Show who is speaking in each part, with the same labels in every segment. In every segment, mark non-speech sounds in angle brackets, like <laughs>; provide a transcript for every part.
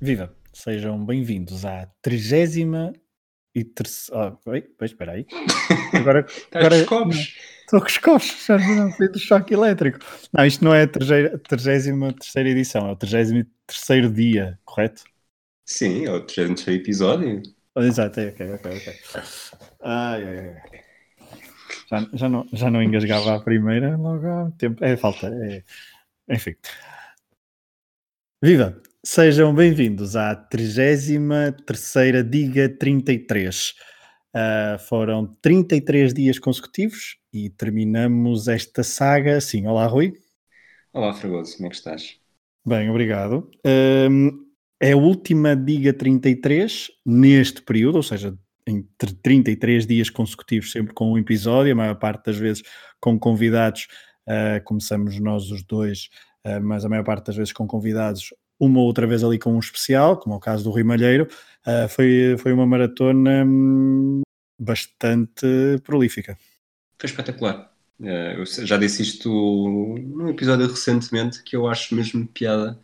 Speaker 1: Viva! Sejam bem-vindos à 33 e terceira. Ah, oi, pois, espera aí. Agora,
Speaker 2: <laughs> Estás com
Speaker 1: agora
Speaker 2: os copos?
Speaker 1: <laughs> estou com os copos, já não sei do choque elétrico. Não, isto não é a 33 edição, é o 33 dia, correto?
Speaker 2: Sim, é o 300 episódio.
Speaker 1: Ah, Exato, é, ok, ok, ok. Ai, ai, ai. Já, já, não, já não engasgava a primeira logo há um tempo. É falta, é. Enfim. Viva! Sejam bem-vindos à 33ª Diga 33. Ah, foram 33 dias consecutivos e terminamos esta saga. Sim, olá Rui.
Speaker 2: Olá, Fragoso, como é que estás?
Speaker 1: Bem, obrigado. Hum, é a última Diga 33 neste período, ou seja, entre 33 dias consecutivos, sempre com um episódio, a maior parte das vezes com convidados. ah, começamos nós os dois, ah, mas a maior parte das vezes com convidados, uma ou outra vez ali com um especial, como é o caso do Rui Malheiro. Ah, foi, foi uma maratona hum, bastante prolífica.
Speaker 2: Foi espetacular. Eh, Eu já disse isto num episódio recentemente que eu acho mesmo piada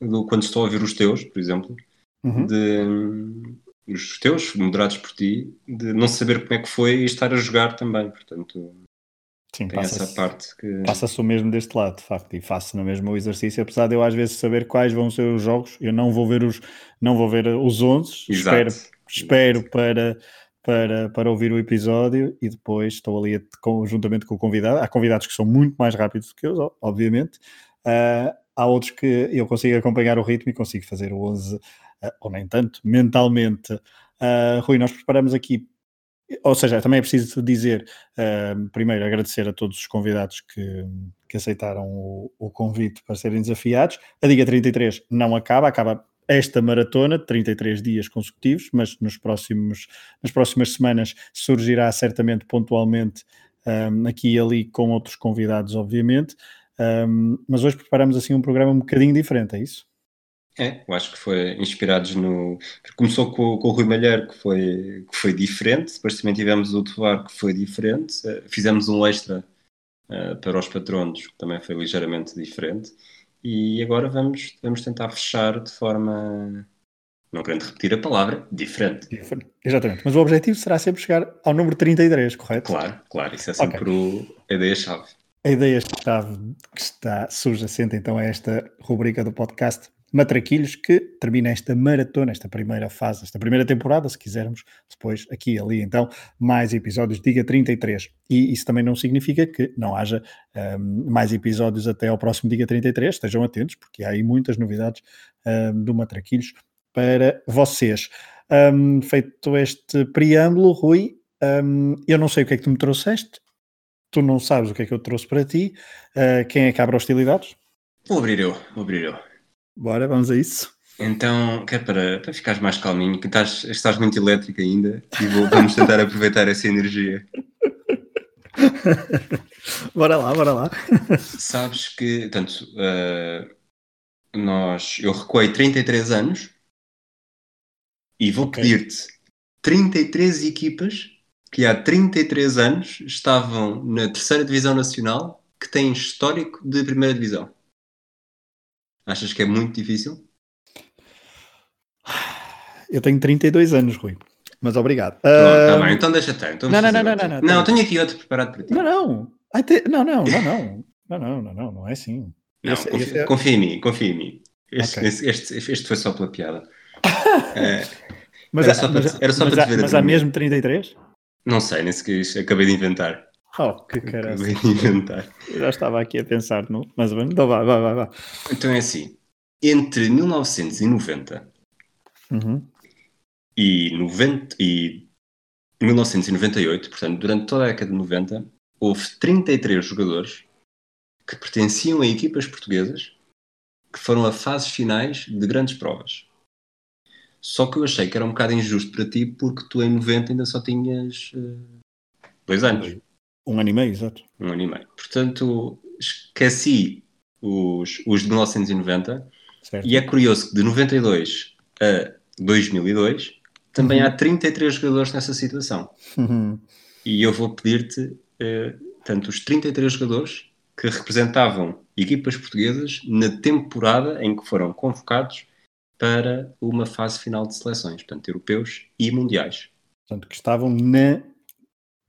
Speaker 2: do quando estou a ouvir os teus, por exemplo,
Speaker 1: Uhum.
Speaker 2: de hum, os teus, moderados por ti, de não saber como é que foi e estar a jogar também. Portanto,
Speaker 1: Sim,
Speaker 2: tem
Speaker 1: passa-se-
Speaker 2: essa parte que.
Speaker 1: Faça-se o mesmo deste lado, de facto, e faço no mesmo o exercício, apesar de eu às vezes saber quais vão ser os jogos, eu não vou ver os, não vou ver os 11, espero, espero para, para, para ouvir o episódio e depois estou ali a- com- juntamente com o convidado. Há convidados que são muito mais rápidos que eu, ó- obviamente, Ah, há outros que eu consigo acompanhar o ritmo e consigo fazer o 11, ah, ou nem tanto, mentalmente. Ah, Rui, nós preparamos aqui. Ou seja, também é preciso dizer um, primeiro, agradecer a todos os convidados que, que aceitaram o, o convite para serem desafiados. A Diga 33 não acaba, acaba esta maratona, 33 dias consecutivos, mas nos próximos, nas próximas semanas surgirá certamente pontualmente um, aqui e ali com outros convidados, obviamente. Um, mas hoje preparamos assim um programa um bocadinho diferente, é isso?
Speaker 2: É, eu acho que foi inspirados no. Começou com, com o Rui Malheiro, que foi, que foi diferente, depois também tivemos o Tovar, que foi diferente, eh, fizemos um extra eh, para os patronos, que também foi ligeiramente diferente, e agora vamos, vamos tentar fechar de forma. Não querendo repetir a palavra, diferente.
Speaker 1: Diferente. Exatamente. Mas o objetivo será sempre chegar ao número 33, correto?
Speaker 2: Claro, claro, isso é sempre o- a ideia-chave.
Speaker 1: A ideia-chave que está subjacente então a esta rubrica do podcast Matraquilhos, que termina esta maratona, esta primeira fase, esta primeira temporada, se quisermos, depois aqui e ali, então, mais episódios, diga 33. E isso também não significa que não haja ahm, mais episódios até ao próximo Diga 33, estejam atentos, porque há aí muitas novidades ahm, do Matraquilhos para vocês. Ahm, feito este preâmbulo, Rui, ahm, eu não sei o que é que tu me trouxeste, tu não sabes o que é que eu trouxe para ti. Uh, quem é que abre hostilidades?
Speaker 2: Vou abrir eu, vou abrir eu.
Speaker 1: Bora, vamos a isso. <laughs>
Speaker 2: Então, que é para, para ficares mais calminho, que estás, estás muito elétrico ainda, e vou- vamos tentar <laughs> aproveitar essa energia.
Speaker 1: Bora lá, bora lá.
Speaker 2: Sabes que, portanto, eh, nós, eu recuei 33 anos e vou
Speaker 1: Ok.
Speaker 2: pedir-te 33 equipas que há 33 anos estavam na terceira divisão nacional que têm histórico de primeira divisão. Achas que é muito difícil?
Speaker 1: Eu tenho 32 anos, Rui. Mas obrigado.
Speaker 2: Pronto, tá
Speaker 1: Ah,
Speaker 2: bem, então deixa estar. Então
Speaker 1: não,
Speaker 2: vamos
Speaker 1: não,
Speaker 2: fazer
Speaker 1: não,
Speaker 2: outra.
Speaker 1: não, não,
Speaker 2: Não,
Speaker 1: tá
Speaker 2: tenho aqui outro preparado para ti.
Speaker 1: Não, não. Ai, te- Não, não, não, não. Não, não, não, não, não é assim.
Speaker 2: Não,
Speaker 1: Esse-
Speaker 2: confia,
Speaker 1: esse é-
Speaker 2: confia em mim, confia em mim. Este,
Speaker 1: Ok.
Speaker 2: este- este- este foi só pela
Speaker 1: <laughs>
Speaker 2: piada. Eh,
Speaker 1: Mas,
Speaker 2: Era
Speaker 1: há-
Speaker 2: só para-
Speaker 1: mas,
Speaker 2: era só
Speaker 1: mas
Speaker 2: para
Speaker 1: há-
Speaker 2: te ver a
Speaker 1: mas há
Speaker 2: dormir.
Speaker 1: mesmo 33?
Speaker 2: Não sei, nem sequer isso acabei de inventar.
Speaker 1: Oh, que
Speaker 2: <laughs>
Speaker 1: caralho.
Speaker 2: Acabei de inventar.
Speaker 1: Eu já estava aqui a pensar, no... mas bem, então vá, vá, vá. vá.
Speaker 2: Então é assim: entre 1990
Speaker 1: Uhum.
Speaker 2: e, 90 e 1998, portanto, durante toda a década de 90, houve 33 jogadores que pertenciam a equipas portuguesas que foram a fases finais de grandes provas. Só que eu achei que era um bocado injusto para ti porque tu em 90 ainda só tinhas eh, dois anos.
Speaker 1: Um ano e meio, exato.
Speaker 2: um ano e meio. Portanto, esqueci os, os de 1990
Speaker 1: Certo.
Speaker 2: e é curioso que de 92 a 2002 também
Speaker 1: Uhum.
Speaker 2: há 33 jogadores nessa situação.
Speaker 1: Uhum.
Speaker 2: E eu vou pedir-te eh, tanto os 33 jogadores que representavam equipas portuguesas na temporada em que foram convocados para uma fase final de seleções, portanto, europeus e mundiais.
Speaker 1: Portanto, que estavam na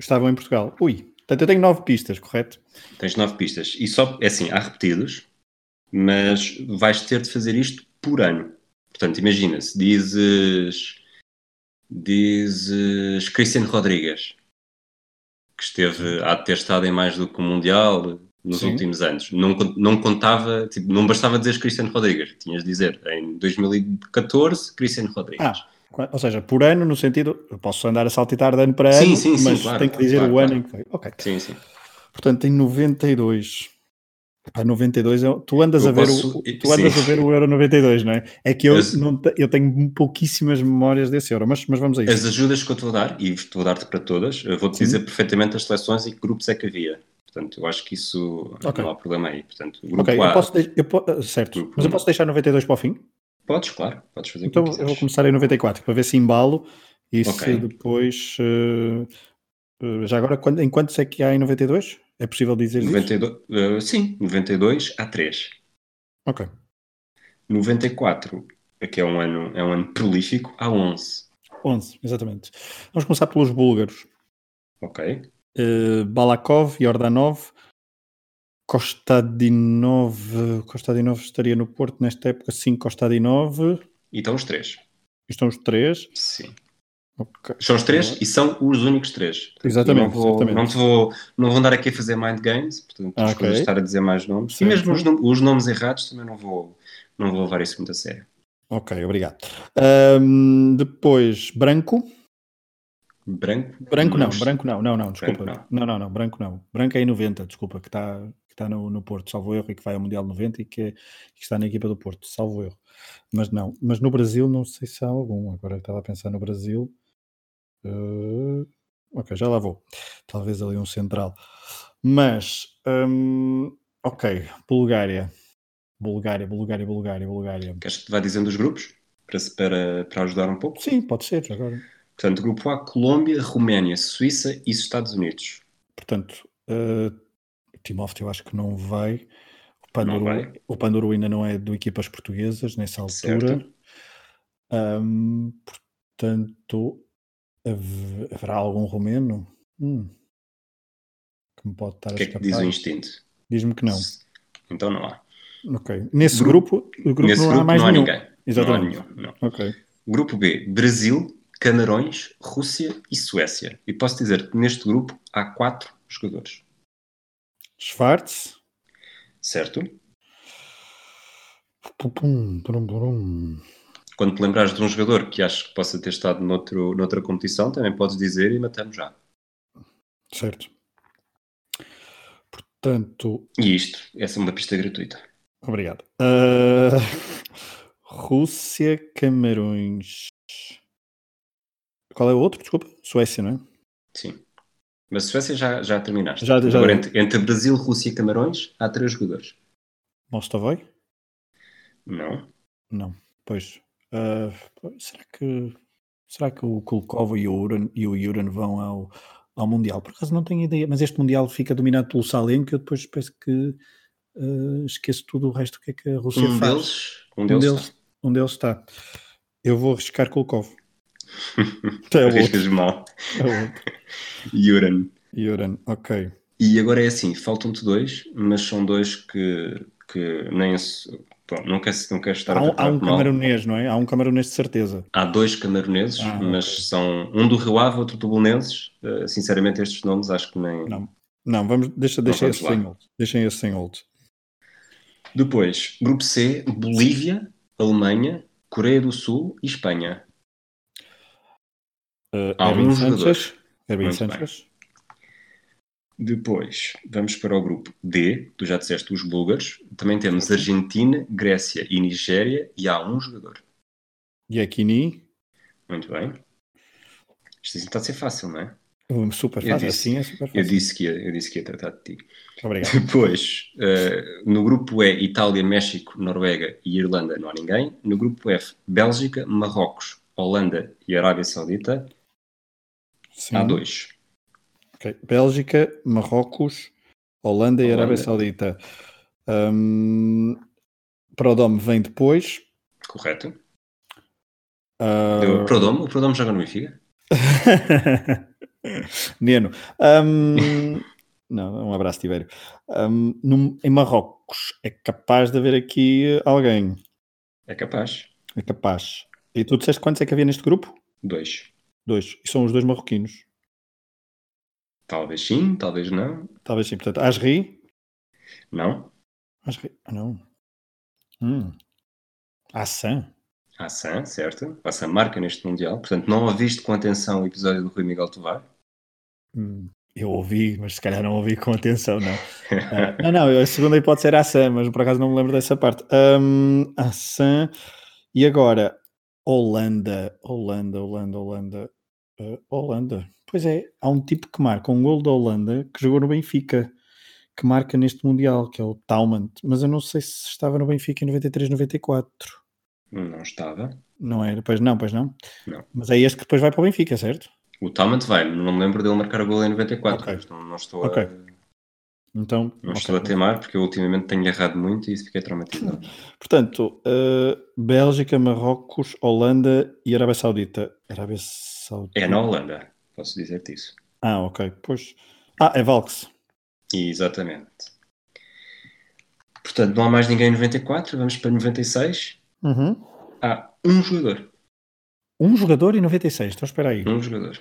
Speaker 1: estavam em Portugal. Ui, portanto, eu tenho nove pistas, correto?
Speaker 2: Tens nove pistas. E só, é assim, há repetidos, mas vais ter de fazer isto por ano. Portanto, imagina, se dizes, dizes Cristiano Rodrigues, que esteve, há de ter estado em mais do que o Mundial nos
Speaker 1: Sim.
Speaker 2: últimos anos. Não, con- não contava, tipo, não bastava dizer Cristiano Rodrigues, tinhas de dizer em 2014 Cristiano Rodrigues.
Speaker 1: Ah, Qua- Ou seja, por ano, no sentido, eu posso andar a saltitar de ano para ano,
Speaker 2: Sim, sim, sim,
Speaker 1: mas
Speaker 2: claro,
Speaker 1: tenho que dizer
Speaker 2: claro,
Speaker 1: o ano
Speaker 2: claro.
Speaker 1: em que foi. Ok.
Speaker 2: Sim, sim.
Speaker 1: Portanto, em 92. Epá, 92 é, tu andas,
Speaker 2: Eu
Speaker 1: a ver,
Speaker 2: posso-
Speaker 1: o, tu andas
Speaker 2: sim.
Speaker 1: a ver o Euro 92, não é? É que eu,
Speaker 2: Eu-
Speaker 1: não te- eu tenho pouquíssimas memórias desse Euro, mas, mas vamos a isso.
Speaker 2: As ajudas que eu te vou dar, e vou dar-te para todas, eu vou-te
Speaker 1: Sim.
Speaker 2: dizer perfeitamente as seleções e que grupos é que havia. Portanto, eu acho que isso
Speaker 1: Ok.
Speaker 2: não há problema aí. Portanto, o grupo
Speaker 1: Ok,
Speaker 2: A,
Speaker 1: eu posso de- eu po- ah, certo,
Speaker 2: Grupo
Speaker 1: mas eu
Speaker 2: A.
Speaker 1: posso deixar 92 para o fim?
Speaker 2: podes, claro, podes fazer
Speaker 1: Então
Speaker 2: o que
Speaker 1: eu vou
Speaker 2: quiseres.
Speaker 1: começar em 94 para ver se embalo e se
Speaker 2: Ok.
Speaker 1: depois. eh, eh, já agora, quando, em quantos é que há em 92? É possível dizer isso?
Speaker 2: 92, eh, sim, 92 a 3.
Speaker 1: Ok.
Speaker 2: 94, que é um ano, é um ano prolífico, há 11.
Speaker 1: 11, exatamente. Vamos começar pelos búlgaros.
Speaker 2: Ok?
Speaker 1: Eh, Balakov, Yordanov, Kostadinov. Kostadinov estaria no Porto nesta época, sim, Kostadinov.
Speaker 2: E estão os três.
Speaker 1: Estão os três.
Speaker 2: Sim.
Speaker 1: Ok.
Speaker 2: São os três e são os únicos três. Portanto,
Speaker 1: Exatamente,
Speaker 2: Não vou,
Speaker 1: exatamente.
Speaker 2: Não, te vou, não vou andar aqui a fazer mind games, portanto,
Speaker 1: Ah,
Speaker 2: as
Speaker 1: ok.
Speaker 2: coisas estar a dizer mais nomes.
Speaker 1: Certo.
Speaker 2: E mesmo os, nom- os nomes errados também não vou, não vou levar isso muito a sério.
Speaker 1: Ok, obrigado. Ahm, depois, Branco.
Speaker 2: Branco?
Speaker 1: Branco não,
Speaker 2: Mas-
Speaker 1: branco não, não, não, desculpa.
Speaker 2: Branco
Speaker 1: não. não, não, branco não. Branco é em 90, desculpa, que está que tá no, no Porto, salvo erro, e que vai ao Mundial 90 e que, é- que está na equipa do Porto, salvo erro. Mas não, mas no Brasil não sei se há algum. Agora que estava a pensar no Brasil. eh, ok, já lá vou. Talvez ali um central. Mas, hum, ok, Bulgária. Bulgária, Bulgária, Bulgária, Bulgária.
Speaker 2: Queres que te vá dizendo os grupos? Para, se- para, para ajudar um pouco?
Speaker 1: Sim, pode ser, já agora.
Speaker 2: Portanto, grupo A, Colômbia, Roménia, Suíça e Estados Unidos.
Speaker 1: Portanto, eh, o Timóteo eu acho que não vai. O Pandoro,
Speaker 2: vai.
Speaker 1: o Pandoro ainda não é de equipas portuguesas nessa altura.
Speaker 2: Certo.
Speaker 1: Ahm, portanto, hav- haverá algum romeno Hum. que me pode estar
Speaker 2: O
Speaker 1: a
Speaker 2: que é que diz
Speaker 1: escapar?
Speaker 2: o instinto?
Speaker 1: Diz-me que não.
Speaker 2: Então não há.
Speaker 1: Ok. Nesse
Speaker 2: Gru-
Speaker 1: grupo, o grupo
Speaker 2: Nesse
Speaker 1: não há
Speaker 2: grupo
Speaker 1: mais
Speaker 2: não há
Speaker 1: nenhum.
Speaker 2: ninguém.
Speaker 1: Exatamente.
Speaker 2: Não há nenhum. não.
Speaker 1: Ok.
Speaker 2: Grupo B, Brasil, Camarões, Rússia e Suécia. E posso dizer que neste grupo há quatro jogadores,
Speaker 1: Schwartz.
Speaker 2: certo?
Speaker 1: Pum, pum, pum, pum.
Speaker 2: Quando te lembrares de um jogador que acho que possa ter estado noutro, noutra competição, também podes dizer e matamos já.
Speaker 1: Certo. Portanto,
Speaker 2: E isto, essa é uma pista gratuita.
Speaker 1: Obrigado. Ah, <laughs> Rússia, Camarões. Qual é o outro? Desculpa. Suécia, não é?
Speaker 2: Sim. Mas Suécia já, já terminaste.
Speaker 1: Já- já-
Speaker 2: Agora, entre, entre Brasil, Rússia e Camarões, há três jogadores.
Speaker 1: Mostavoy?
Speaker 2: Não.
Speaker 1: Não. Pois. Ah, será que. Será que o Kulkov e o Uran, e o Uran vão ao, ao Mundial? Por acaso não tenho ideia, mas este Mundial fica dominado pelo Salem, que eu depois penso que ah, esqueço tudo o resto que é que a Rússia
Speaker 2: Um
Speaker 1: faz.
Speaker 2: deles, um
Speaker 1: um,
Speaker 2: deles,
Speaker 1: deles, um deles está. Eu vou arriscar
Speaker 2: <laughs>
Speaker 1: Kulkov. é o outro.
Speaker 2: arriscas mal.
Speaker 1: É o outro.
Speaker 2: Yuran.
Speaker 1: Uran, ok.
Speaker 2: E agora é assim, faltam-te dois, mas são dois que, que nem se. Bom, não quero, não quero estar
Speaker 1: Há um,
Speaker 2: a
Speaker 1: há um
Speaker 2: mal.
Speaker 1: camaronês, não é? Há um camaronês de certeza.
Speaker 2: Há dois camaroneses,
Speaker 1: Ah,
Speaker 2: mas são um do Rio Ave, outro do Belenenses. Uh, sinceramente, estes nomes acho que nem.
Speaker 1: Não. Não, vamos, deixa, deixa
Speaker 2: vamos
Speaker 1: esse
Speaker 2: lá.
Speaker 1: sem old. Deixem esse sem old.
Speaker 2: Depois, grupo C, Bolívia, Alemanha, Coreia do Sul e Espanha.
Speaker 1: Uh,
Speaker 2: Há
Speaker 1: Erwin
Speaker 2: alguns
Speaker 1: Sanchez.
Speaker 2: jogadores.
Speaker 1: Erwin
Speaker 2: Muito bem.
Speaker 1: Sanchez.
Speaker 2: Depois, vamos para o grupo D, tu já disseste os búlgaros. Também temos Argentina, Grécia e Nigéria, e há um jogador.
Speaker 1: Giacchini.
Speaker 2: Muito bem. Isto assim está a ser fácil, não é?
Speaker 1: Um Super
Speaker 2: Eu
Speaker 1: fácil.
Speaker 2: disse-
Speaker 1: Sim, é super
Speaker 2: Eu
Speaker 1: fácil.
Speaker 2: disse que ia, eu disse que ia tratar de ti.
Speaker 1: Obrigado.
Speaker 2: Depois, eh, no grupo E, Itália, México, Noruega e Irlanda não há ninguém. No grupo F, Bélgica, Marrocos, Holanda e Arábia Saudita
Speaker 1: Sim.
Speaker 2: há
Speaker 1: Uhum.
Speaker 2: dois.
Speaker 1: Ok. Bélgica, Marrocos, Holanda e
Speaker 2: Holanda.
Speaker 1: Arábia Saudita. Um, Prodome vem depois.
Speaker 2: Correto? Uh...
Speaker 1: Ah.
Speaker 2: O Prodomo? O Prodomo joga no Benfica?
Speaker 1: <laughs> Neno. Um, não, um abraço, Tibério. Um, num, em Marrocos, é capaz de haver aqui alguém.
Speaker 2: É capaz.
Speaker 1: É capaz. E tu disseste quantos é que havia neste grupo?
Speaker 2: Dois.
Speaker 1: Dois. E são os dois marroquinos.
Speaker 2: Talvez sim, talvez não.
Speaker 1: Talvez sim. Portanto, Asri?
Speaker 2: Não.
Speaker 1: Asri? Ah, Não. Hum. Assan?
Speaker 2: Assan, certo. Assan marca neste Mundial. Portanto, não ouviste com atenção o episódio do Rui Miguel Tovar?
Speaker 1: Hum. Eu ouvi, mas se calhar não ouvi com atenção, não. uh, não, não, a segunda hipótese era Assam, mas por acaso não me lembro dessa parte. Um, Assam, e agora Holanda, Holanda, Holanda, Holanda, uh, Holanda. Pois é, há um tipo que marca um gol da Holanda que jogou no Benfica, que marca neste Mundial, que é o Taumant, mas eu não sei se estava no Benfica em 93, 94.
Speaker 2: Não estava.
Speaker 1: Não era, pois não, pois não.
Speaker 2: não.
Speaker 1: Mas é este que depois vai para o Benfica, certo?
Speaker 2: O Talmud vai, não me lembro dele marcar o gol em 94, okay. não, não estou okay. a.
Speaker 1: Então,
Speaker 2: não okay. estou a temar porque eu ultimamente tenho errado muito e isso fiquei traumatizado.
Speaker 1: Portanto, uh, Bélgica, Marrocos, Holanda e Arábia Saudita. Arábia Saudita.
Speaker 2: É na Holanda, posso dizer-te isso.
Speaker 1: Ah, ok. Pois. Ah, é Valks.
Speaker 2: Exatamente. Portanto, não há mais ninguém em 94, vamos para 96.
Speaker 1: Uhum.
Speaker 2: Há um jogador.
Speaker 1: Um jogador em 96, então espera aí.
Speaker 2: Um jogador.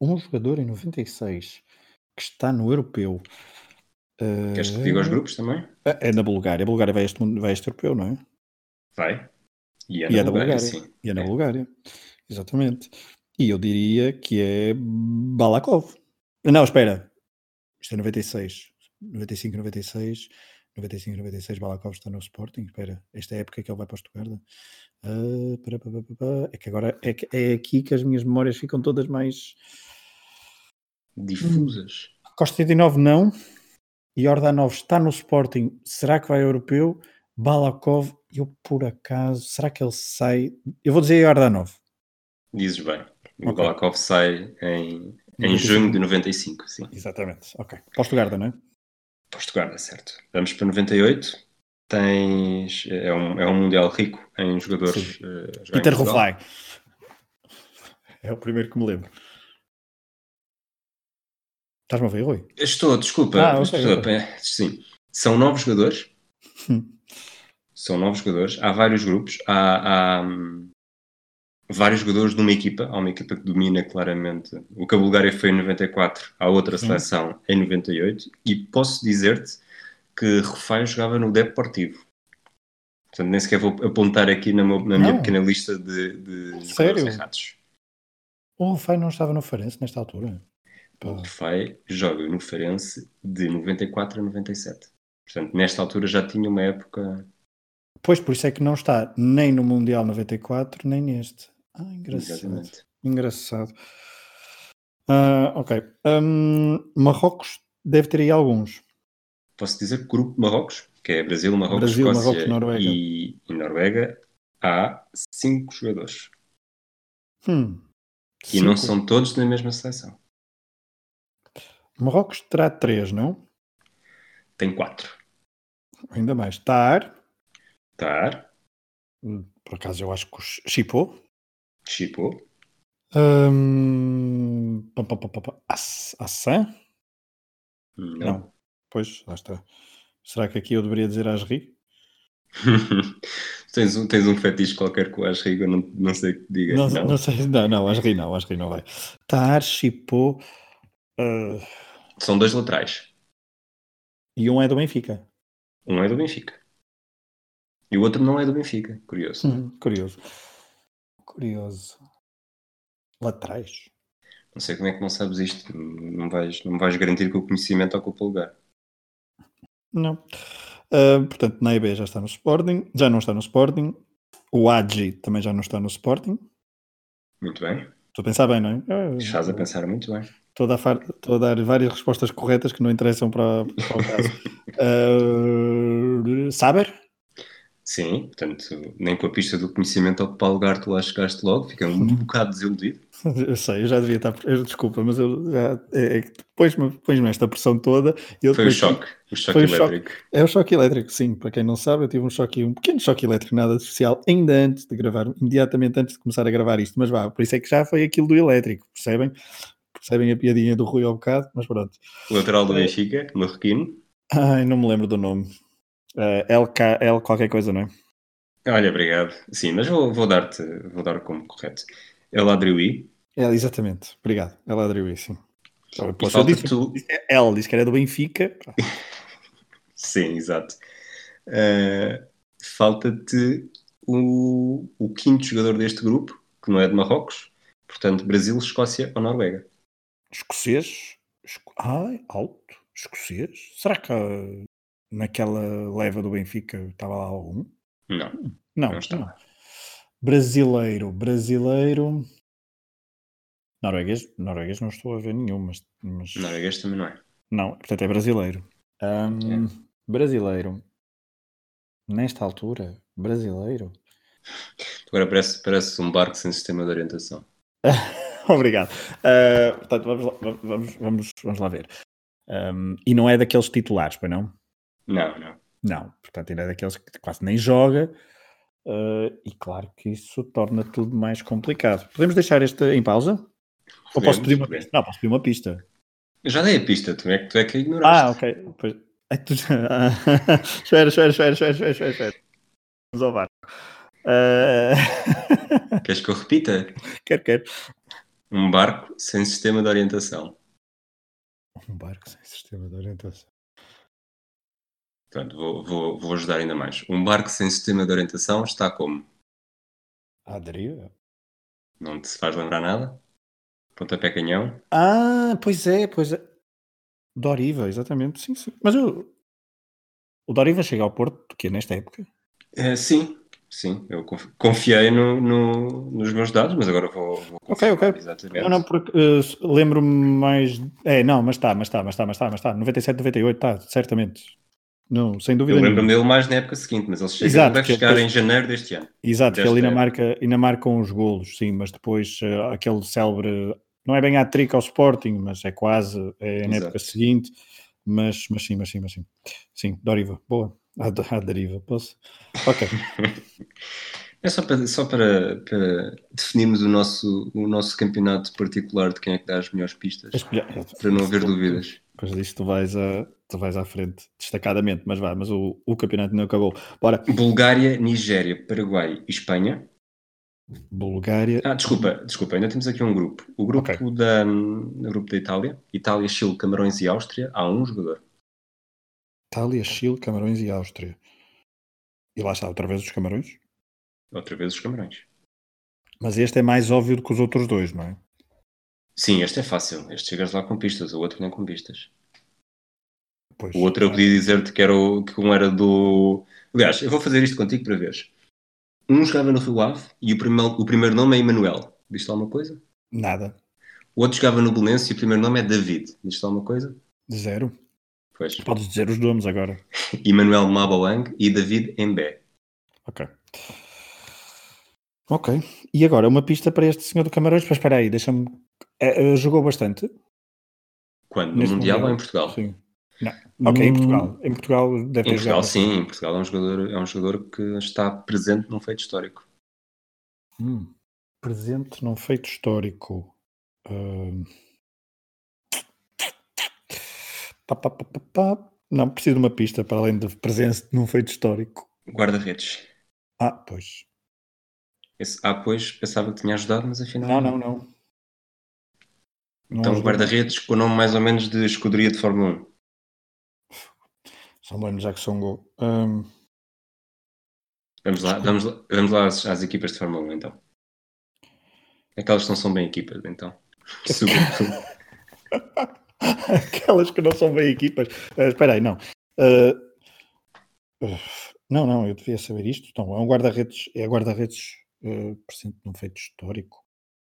Speaker 1: Um jogador em 96 que está no europeu. Eh,
Speaker 2: Uh... Queres que te
Speaker 1: Uhum.
Speaker 2: diga os grupos também?
Speaker 1: É na Bulgária. A Bulgária vai este, vai este europeu, não é?
Speaker 2: Vai. E é na, e é Bulgária, Bulgária, sim.
Speaker 1: E é na é. Bulgária. Exatamente. E eu diria que é Balakov. Não, espera. Isto é 96. 95, 96. 95, 96, Balakov está no Sporting. Espera, esta é a época que ele vai para o Stuttgart. Uh, para, para, para, é que agora é, que, é, aqui que as minhas memórias ficam todas mais
Speaker 2: difusas.
Speaker 1: Hum, Costa 79 não. Jordanov está no Sporting. Será que vai ao europeu? Balakov, eu por acaso, será que ele sai? Eu vou dizer Jordanov.
Speaker 2: Dizes bem. O okay. Balakov sai em, em junho de 95, sim.
Speaker 1: Exatamente, ok. Posto não é?
Speaker 2: Posto guarda, certo. Vamos para 98. Tens. É um, é um Mundial rico em jogadores.
Speaker 1: Uh, Peter Rovai. É o primeiro que me lembro. Estás-me a ver, Rui?
Speaker 2: Estou, desculpa. Ah, okay, desculpa. Okay. Sim. São novos jogadores. Hum. São novos jogadores. Há vários grupos. Há, há um, vários jogadores de uma equipa. Há uma equipa que domina claramente. O que a Bulgária foi em 94, há outra seleção uhum. em 98. E posso dizer-te que Rufai jogava no Deportivo. Portanto, nem sequer vou apontar aqui na, meu, na minha não. pequena lista de, de
Speaker 1: Sério? errados. O Rufai não estava no Farense nesta altura?
Speaker 2: O Fei joga no Farense de 94 a 97. Portanto, nesta altura já tinha uma época.
Speaker 1: Pois, por isso é que não está nem no Mundial 94, nem neste. Ah, engraçado. Exatamente. Engraçado. Uh, ok. Um, Marrocos deve ter aí alguns.
Speaker 2: Posso dizer que grupo Marrocos, que é Brasil, Marrocos, Brasil, Escócia Marrocos, Noruega. E, e Noruega, há cinco jogadores.
Speaker 1: Hum,
Speaker 2: e cinco. não são todos na mesma seleção.
Speaker 1: Marrocos terá três, não?
Speaker 2: Tem quatro.
Speaker 1: Ainda mais. Tar.
Speaker 2: Tar.
Speaker 1: Por acaso eu acho que Chipô.
Speaker 2: Chipô.
Speaker 1: Um... Assã?
Speaker 2: Não. não.
Speaker 1: Pois, lá está. Será que aqui eu deveria dizer Asri?
Speaker 2: <laughs> tens, um, tens um fetiche qualquer com Asri, eu não, não sei que diga.
Speaker 1: Não, não. não sei, não, não, Asri não, Asri não vai. Tar, Chipô. Uh...
Speaker 2: São dois laterais.
Speaker 1: E um é do Benfica.
Speaker 2: Um é do Benfica. E o outro não é do Benfica. Curioso.
Speaker 1: Hum, curioso. Curioso. Laterais.
Speaker 2: Não sei como é que não sabes isto. Não vais, não vais garantir que o conhecimento ocupa lugar.
Speaker 1: Não. Uh, portanto, Naibe já está no Sporting. Já não está no Sporting. O Adji também já não está no Sporting.
Speaker 2: Muito bem.
Speaker 1: Estou a pensar bem, não Ah,
Speaker 2: é? Estás a pensar muito bem.
Speaker 1: Estou a, dar, estou a dar, várias respostas corretas
Speaker 2: <laughs>
Speaker 1: que não interessam para, para o caso. uh, Ah, Saber?
Speaker 2: Sim, portanto, nem com a pista do conhecimento ao Paulo Garto lá chegaste logo, fiquei um bocado desiludido.
Speaker 1: Eu sei, eu já devia estar. Eu, desculpa, mas eu já. É, é, Pões-me pões esta pressão toda.
Speaker 2: foi depois, o choque, o choque elétrico.
Speaker 1: Choque, é o choque elétrico, sim. Para quem não sabe, eu tive um choque, um pequeno choque elétrico, nada especial, ainda antes de gravar, imediatamente antes de começar a gravar isto. Mas vá, por isso é que já foi aquilo do elétrico, percebem? Percebem a piadinha do Rui ao bocado, mas pronto.
Speaker 2: O lateral do Benfica, marroquino.
Speaker 1: Ai, não me lembro do nome. Uh, LK, L qualquer coisa, não é?
Speaker 2: Olha, obrigado. Sim, mas vou, vou dar-te vou dar como correto. El Adriui.
Speaker 1: É, exatamente, obrigado. El Adriui, sim. Então, posso, disse, tu... L, disse É, que era do Benfica.
Speaker 2: sim, exato. Uh, Falta-te o, o quinto jogador deste grupo, que não é de Marrocos. Portanto, Brasil, Escócia ou Noruega.
Speaker 1: Escocês? Esco... Ai, alto. Escocês? Será que uh naquela leva do Benfica estava lá algum?
Speaker 2: Não.
Speaker 1: Não, não está. Não. Brasileiro, brasileiro. Norueguês, norueguês não estou a ver nenhum, mas. mas...
Speaker 2: Norueguês também não é.
Speaker 1: Não, portanto é brasileiro. Um, é. Brasileiro. Nesta altura, brasileiro.
Speaker 2: Agora parece, parece um barco sem sistema de orientação.
Speaker 1: <laughs> Obrigado. Uh, portanto, vamos lá, vamos, vamos, vamos lá ver. Um, e não é daqueles titulares, pois não?
Speaker 2: Não, não.
Speaker 1: Não, portanto, ele é daqueles que quase nem joga. Uh, e claro que isso torna tudo mais complicado. Podemos deixar esta em pausa? Podemos, Ou posso pedir uma pista? Não, posso pedir uma pista.
Speaker 2: Eu já dei a pista, tu é que, tu é que ignoraste.
Speaker 1: Ah, ok. Pois... É, tu... <laughs> espera, espera, espera, espera, espera, espera, espera. Vamos ao bar.
Speaker 2: Uh... Queres que eu repita?
Speaker 1: <laughs> Quero, quero.
Speaker 2: Um barco sem sistema de orientação.
Speaker 1: Um barco sem sistema de orientação.
Speaker 2: Portanto, vou, vou, vou, ajudar ainda mais. Um barco sem sistema de orientação está como?
Speaker 1: À deriva.
Speaker 2: Não te faz lembrar nada? Pontapé canhão?
Speaker 1: Ah, pois é, pois é. Doriva, exatamente, sim, sim. Mas eu... o Doriva chega ao Porto, que é nesta época?
Speaker 2: É, sim, sim. Eu confiei no, no, nos meus dados, mas agora vou, vou
Speaker 1: Ok, ok.
Speaker 2: Exatamente.
Speaker 1: Eu não, porque uh, lembro-me mais... É, não, mas está, mas está, mas está, mas está, mas tá. está. 97, 98, está, tá, certamente. Não, sem dúvida.
Speaker 2: Eu lembro-me dele mais na época seguinte, mas ele chega, Exato, vai
Speaker 1: é
Speaker 2: chegar depois, em janeiro deste ano.
Speaker 1: Exato,
Speaker 2: deste
Speaker 1: ele ainda marca, ainda marca uns golos, sim, mas depois uh, aquele célebre, não é bem a trica ao Sporting, mas é quase, é na Exato. época seguinte, mas, mas sim, mas sim, mas sim. Sim, Doriva, boa, à, à deriva, posso? Ok.
Speaker 2: é só, para, só para, para, definirmos o nosso, o nosso campeonato particular de quem é que dá as melhores pistas, Espelha... para não haver dúvidas.
Speaker 1: Depois disso tu vais a, tu vais à frente destacadamente, mas vá, mas o, o campeonato não acabou. Bora.
Speaker 2: Bulgária, Nigéria, Paraguai e Espanha.
Speaker 1: Bulgária.
Speaker 2: Ah, desculpa, desculpa, ainda temos aqui um grupo. O grupo okay. da hum, o grupo da Itália, Itália, Chile, Camarões e Áustria, há um jogador.
Speaker 1: Itália, Chile, Camarões e Áustria. E lá está outra vez os Camarões?
Speaker 2: Outra vez os Camarões.
Speaker 1: Mas este é mais óbvio do que os outros dois, não é?
Speaker 2: Sim, este é fácil. Este chegas lá com pistas, o outro nem com pistas.
Speaker 1: Pois,
Speaker 2: o outro eu podia dizer-te que, era o, que um era do. Aliás, eu vou fazer isto contigo para veres. Um jogava no Rio Ave e o primeiro, o primeiro nome é Emanuel. Viste alguma coisa?
Speaker 1: Nada.
Speaker 2: O outro jogava no Belenense e o primeiro nome é David. Viste alguma coisa?
Speaker 1: Zero.
Speaker 2: Pois.
Speaker 1: Podes dizer os nomes agora.
Speaker 2: Emanuel Mabalang e David Embé.
Speaker 1: Ok. Ok. E agora, uma pista para este senhor do Camarões. Mas espera aí, deixa-me. É, jogou bastante?
Speaker 2: Quando? No Neste Mundial, mundial? ou em Portugal?
Speaker 1: Sim. Não. Ok, em Portugal. Em Portugal deve
Speaker 2: em Portugal, sim. Em Portugal é um, jogador, é um jogador que está presente num feito histórico.
Speaker 1: Hum. Presente num feito histórico. Uh... Pá, pá, pá, Não, preciso de uma pista para além de presença num feito histórico.
Speaker 2: Guarda-redes.
Speaker 1: Ah, pois.
Speaker 2: Esse, ah, pois, pensava que tinha ajudado, mas
Speaker 1: Não,
Speaker 2: afinal.
Speaker 1: não, não. É um
Speaker 2: Então, não guarda-redes com o nome mais ou menos de escuderia de Fórmula 1.
Speaker 1: São Lemos Jackson Go. Um...
Speaker 2: Vamos, lá, vamos lá, vamos lá às, às, equipas de Fórmula 1 então. Aquelas que não são bem equipas, então.
Speaker 1: Aquelas que não são bem equipas. Uh, espera aí, não. Uh, uh, não, não, eu devia saber isto. Então, é um guarda-redes, é guarda-redes eh, presente num feito histórico.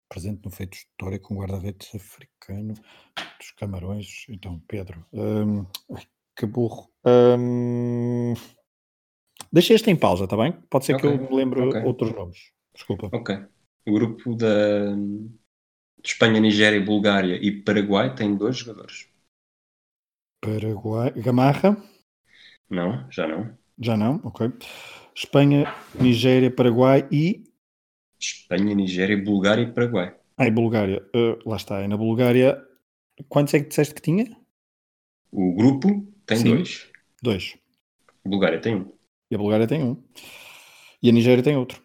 Speaker 1: Presente num feito histórico, um guarda-redes africano dos Camarões. ehm, Então, Pedro. Um, que burro. Hum, Ehm, Deixa este em pausa, está bem? Pode ser okay. que eu me lembre okay. outros nomes. Desculpa.
Speaker 2: Ok. O grupo da de Espanha, Nigéria, Bulgária e Paraguai tem dois jogadores.
Speaker 1: Paraguai. Gamarra?
Speaker 2: Não, já não.
Speaker 1: Já não, ok. Espanha, Nigéria, Paraguai e.
Speaker 2: Espanha, Nigéria, Bulgária e Paraguai.
Speaker 1: Ah, e Bulgária. Uh, lá está. E na Bulgária, quantos é que disseste que tinha?
Speaker 2: O grupo tem Sim. dois.
Speaker 1: Dois.
Speaker 2: A Bulgária tem um.
Speaker 1: E a Bulgária tem um. E a Nigéria tem outro.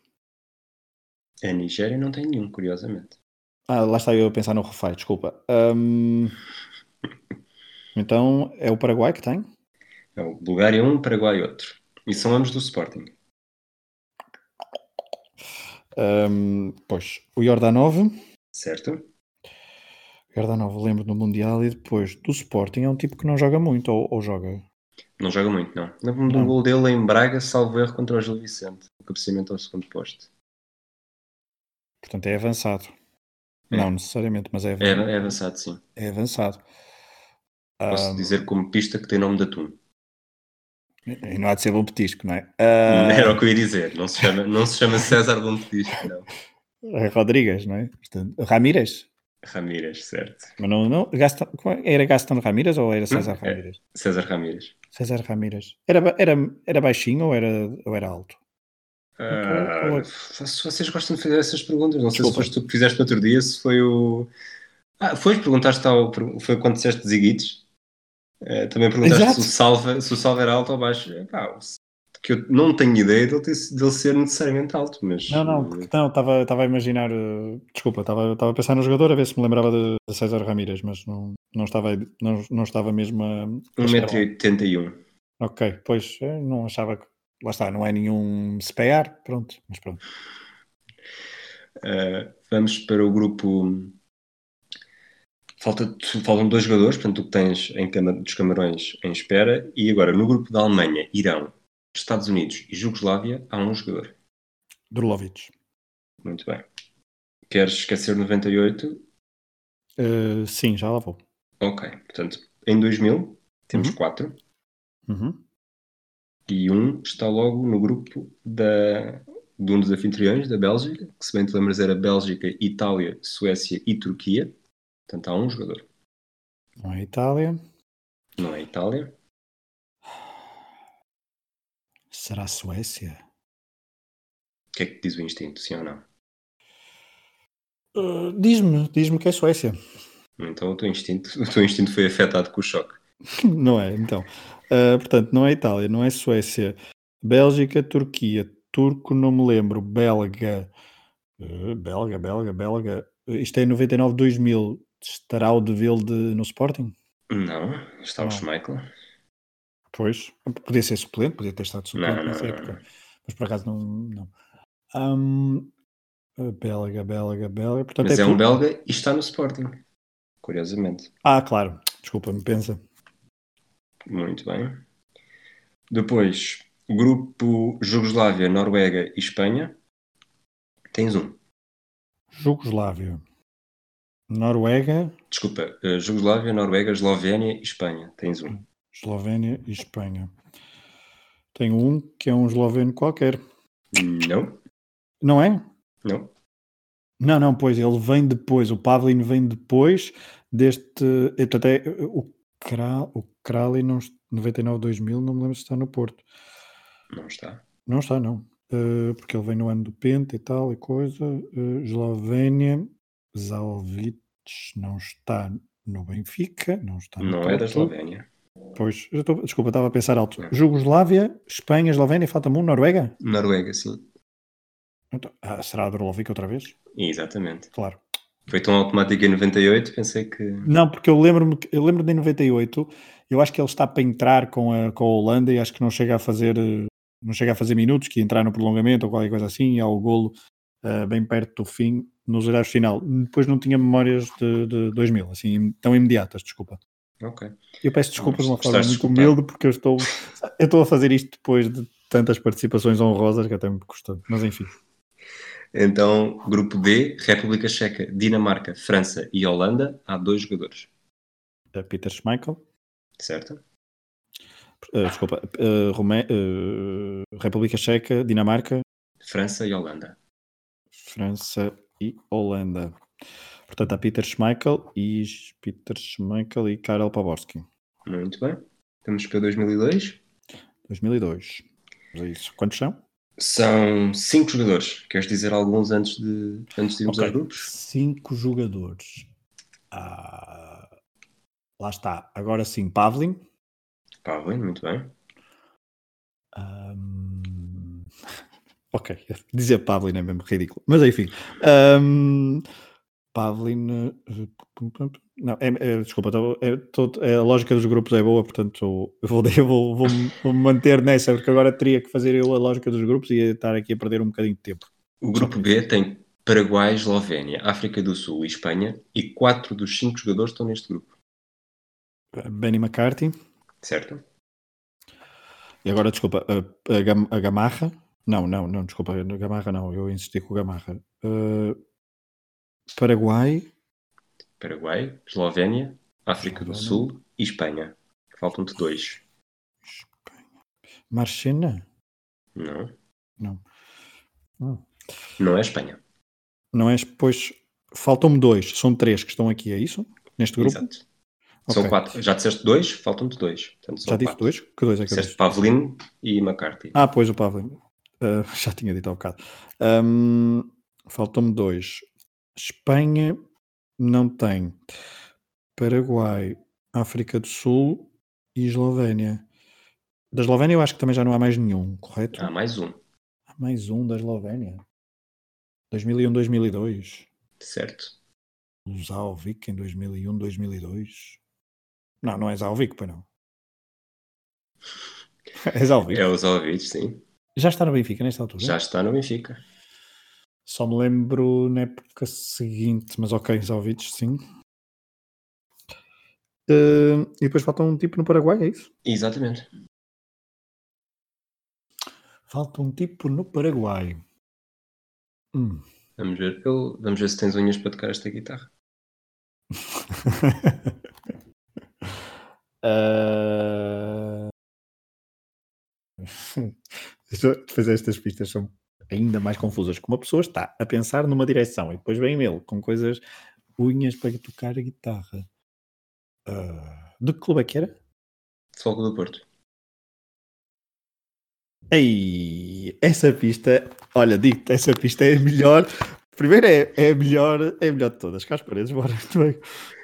Speaker 2: A Nigéria não tem nenhum, curiosamente.
Speaker 1: Ah, lá está eu a pensar no Refai, desculpa. Um... então é o Paraguai que tem?
Speaker 2: É o Bulgária um, Paraguai outro. E são ambos do Sporting.
Speaker 1: Um, pois, o Jordanov.
Speaker 2: Certo.
Speaker 1: Jordanov, lembro do Mundial e depois do Sporting é um tipo que não joga muito, ou, ou joga?
Speaker 2: Não joga muito, não. Lembro-me do gol dele em Braga, salvo erro contra o Gil Vicente. O cabeceamento ao segundo posto.
Speaker 1: Portanto, é avançado. É. Não necessariamente, mas é
Speaker 2: avançado. É, é avançado, sim.
Speaker 1: É avançado.
Speaker 2: Posso um... dizer como pista que tem nome de atum.
Speaker 1: E não há de ser bom petisco, não é?
Speaker 2: Uh... Era o que eu ia dizer. Não se chama, não se chama César bom petisco,
Speaker 1: não. É Rodrigues, não é? Portanto, Ramírez.
Speaker 2: Ramírez, certo.
Speaker 1: Mas não, não Gaston, é? era Gaston Ramírez ou era César Ramírez?
Speaker 2: É, César Ramírez.
Speaker 1: César Ramírez. Era, era, era baixinho ou era, ou era alto?
Speaker 2: Ah, ou é? se vocês gostam de fazer essas perguntas, não Desculpa. sei se foste tu que fizeste no outro dia, se foi o. Ah, foi perguntaste ao. Foi quando disseste Ziguites? Uh, também perguntaste Exato. se o, salva, se o salva era alto ou baixo. Pá, que eu não tenho ideia dele, ter, dele ser necessariamente alto, mas.
Speaker 1: Não, não, não, estava, estava a imaginar. Uh, desculpa, estava, estava a pensar no jogador a ver se me lembrava de, de César Ramírez, mas não, não, estava, não, não estava mesmo a.
Speaker 2: 1,81m.
Speaker 1: Ok, pois eh, não achava que. Lá está, não é nenhum SPEAR, pronto, mas pronto.
Speaker 2: Uh, vamos para o grupo Falta, faltam dois jogadores, portanto, o que tens em cama, dos Camarões em espera. E agora, no grupo da Alemanha, Irão, Estados Unidos e Jugoslávia, há um jogador.
Speaker 1: Drulovic.
Speaker 2: Muito bem. Queres esquecer 98?
Speaker 1: Uh, sim, já lá vou.
Speaker 2: Ok, portanto, em 2000 temos uhum. quatro.
Speaker 1: Uhum.
Speaker 2: E um está logo no grupo da, de um dos anfitriões, da Bélgica, que se bem te lembras era Bélgica, Itália, Suécia e Turquia. Portanto, há um jogador.
Speaker 1: Não é Itália.
Speaker 2: Não é Itália.
Speaker 1: Será Suécia?
Speaker 2: O que é que diz o instinto, sim ou não?
Speaker 1: Uh, diz-me, diz-me que é Suécia. <laughs>
Speaker 2: Então o teu, instinto, <laughs> o teu instinto foi afetado com o choque.
Speaker 1: não é, então. Uh, portanto, não é Itália, não é Suécia. Bélgica, Turquia. Turco, não me lembro. Belga. Uh, belga, belga, belga. Isto é 99-2000. Estará o Deville de, no Sporting?
Speaker 2: Não, está não. Então, o Schmeichel.
Speaker 1: Pois, podia ser suplente, podia ter estado suplente não, nessa não, época, não. mas por acaso não. não. Um, belga, belga, belga. Portanto,
Speaker 2: mas é, é um belga e está no Sporting, curiosamente.
Speaker 1: Ah, claro, desculpa-me, pensa.
Speaker 2: Muito bem. Depois, grupo Jugoslávia, Noruega e Espanha. Tens um.
Speaker 1: Jugoslávia, Noruega.
Speaker 2: Desculpa, uh, Jugoslávia, Noruega, Eslovénia e Espanha. Tens um.
Speaker 1: Eslovénia e Espanha. Tenho um que é um esloveno qualquer.
Speaker 2: Não.
Speaker 1: Não é?
Speaker 2: Não.
Speaker 1: Não, não, pois ele vem depois, o Pavlin vem depois deste. Portanto, é, o, Kral, o Krali não, 99-2000, não me lembro se está no Porto.
Speaker 2: Não está.
Speaker 1: Não está, não. Uh, porque ele vem no ano do Penta e tal e coisa. Uh, Eslovénia, Zalvic não está no Benfica, não está no
Speaker 2: Não Porto. é da Eslovénia.
Speaker 1: Pois, tô, desculpa, estava a pensar alto. Não. Jugoslávia, Espanha, Eslovénia, falta-me um, Noruega?
Speaker 2: Noruega, sim.
Speaker 1: Então, ah, será a Drolovic outra vez?
Speaker 2: Exatamente.
Speaker 1: Claro.
Speaker 2: Foi tão automático em 98, pensei que...
Speaker 1: Não, porque eu lembro-me, eu lembro de 98, eu acho que ele está para entrar com a, com a Holanda e acho que não chega a fazer não chega a fazer minutos, que entrar no prolongamento ou qualquer coisa assim, e há o golo uh, bem perto do fim, nos olhares final. Depois não tinha memórias de, de 2000, assim, tão imediatas, desculpa.
Speaker 2: Ok.
Speaker 1: Eu peço desculpas de uma forma muito humilde, porque eu estou, eu estou a fazer isto depois de tantas participações honrosas que até me custa, mas enfim.
Speaker 2: Então, grupo B, República Checa, Dinamarca, França e
Speaker 1: eh,
Speaker 2: Holanda, há dois jogadores.
Speaker 1: Peter Schmeichel.
Speaker 2: Certo.
Speaker 1: eh, desculpa, eh, Rumé- eh, República Checa, Dinamarca,
Speaker 2: França e Holanda.
Speaker 1: França e Holanda. Portanto, há Peter Schmeichel e Peter Schmeichel e Karel Pavorsky.
Speaker 2: Muito bem. Estamos para 2002.
Speaker 1: 2002. Mas é isso. Quantos são?
Speaker 2: São cinco jogadores. Queres dizer alguns antes de, antes de irmos
Speaker 1: Ok.
Speaker 2: aos grupos?
Speaker 1: Cinco jogadores. Ah, lá está. Agora sim, Pavlin.
Speaker 2: Pavlin, muito bem.
Speaker 1: Ahm, Ok, <laughs> dizer Pavlin é mesmo ridículo, mas enfim. Ahm, Pavlin. eh, pum, pum, pum. Não, é, é, desculpa, tô- é, tô- é, a lógica dos grupos é boa, portanto eu vou, <laughs> eu vou, vou, vou me manter nessa, porque agora teria que fazer eu a lógica dos grupos e ia estar aqui a perder um bocadinho de tempo.
Speaker 2: O grupo B tem Paraguai, Eslovénia, África do Sul e Espanha. E quatro dos cinco jogadores estão neste grupo.
Speaker 1: Benny McCarthy,
Speaker 2: Certo?
Speaker 1: e agora desculpa, a, a Gam- a Gamarra. Não, não, não, desculpa, a Gamarra não, eu insisti com o Gamarra. Eh, Paraguai.
Speaker 2: Paraguai, Eslovénia, África do
Speaker 1: Eslovénia.
Speaker 2: Sul e Espanha. Faltam-te dois.
Speaker 1: Marchena?
Speaker 2: Não.
Speaker 1: Não. Hum.
Speaker 2: Não é Espanha.
Speaker 1: Não é? Pois faltam-me dois, são três que estão aqui, é isso? Neste grupo?
Speaker 2: Exato. São
Speaker 1: Ok.
Speaker 2: quatro. Já disseste dois, faltam-te dois. Portanto, são
Speaker 1: Já disse
Speaker 2: quatro.
Speaker 1: dois? Que dois é que eu
Speaker 2: Disseste
Speaker 1: disse?
Speaker 2: Pavlin e McCarthy.
Speaker 1: Ah, pois o Pablo. Ah, <laughs> já tinha dito há bocado. Ahm, faltam-me dois. Espanha não tem. Paraguai, África do Sul e Eslovénia. Da Eslovénia eu acho que também já não há mais nenhum, correto?
Speaker 2: Há mais um,
Speaker 1: Há mais um da Eslovénia. 2001, 2002.
Speaker 2: certo?
Speaker 1: Zalvik um em 2001, 2002. Não, não é Zalvik, pois não. <laughs> É Zalvik.
Speaker 2: É o Zovic, sim.
Speaker 1: Já está no Benfica nesta altura?
Speaker 2: Já está no Benfica.
Speaker 1: Só me lembro na época seguinte, mas ok, Zalvik, sim. Eh, e depois falta um tipo no Paraguai, é isso?
Speaker 2: Exatamente.
Speaker 1: Falta um tipo no Paraguai. Hum.
Speaker 2: Vamos ver, eu- vamos ver se tens unhas para tocar esta guitarra.
Speaker 1: Ah. <laughs> Depois estas pistas são ainda mais confusas, que uma pessoa está a pensar numa direção e depois vem ele com coisas, unhas para tocar a guitarra. Ah, de que clube é que era?
Speaker 2: Fogo do Porto.
Speaker 1: Ei, essa pista, olha, digo-te, essa pista é a melhor. Primeiro é, é a melhor, é a melhor de todas. Cá as paredes, bora. <laughs> é?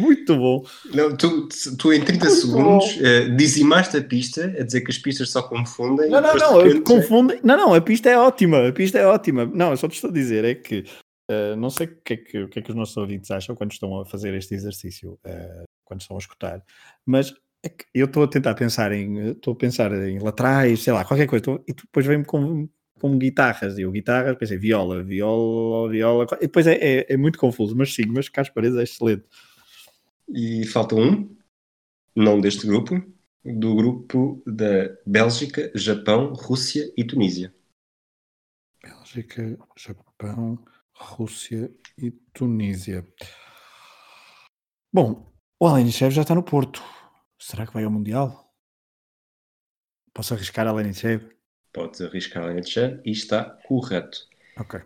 Speaker 1: Muito bom.
Speaker 2: Não, tu, tu em 30
Speaker 1: Muito
Speaker 2: segundos eh, dizimaste a pista, a dizer que as pistas só confundem.
Speaker 1: Não, não,
Speaker 2: depois né? de é
Speaker 1: não, eu
Speaker 2: repente,
Speaker 1: confundo. Não, não, a pista é ótima, a pista é ótima. Não, eu só te estou a dizer é que eh, não sei o que, é que, o que é que os nossos ouvintes acham quando estão a fazer este exercício, eh, quando estão a escutar, mas é que eu estou a tentar pensar em estou a pensar em laterais, sei lá, qualquer coisa, estou- e tu depois vem-me com, com guitarras, e eu guitarras, pensei viola, viola, viola, e depois é, é, é muito confuso, mas sim, mas Carlos Paredes é excelente.
Speaker 2: E falta um, não deste grupo, do grupo da Bélgica, Japão, Rússia e Tunísia.
Speaker 1: Bélgica, Japão, Rússia e Tunísia. Bom, o Alenichev já está no Porto. Será que vai ao Mundial? Posso arriscar Alenichev?
Speaker 2: Podes arriscar a letra e está correto.
Speaker 1: Ok.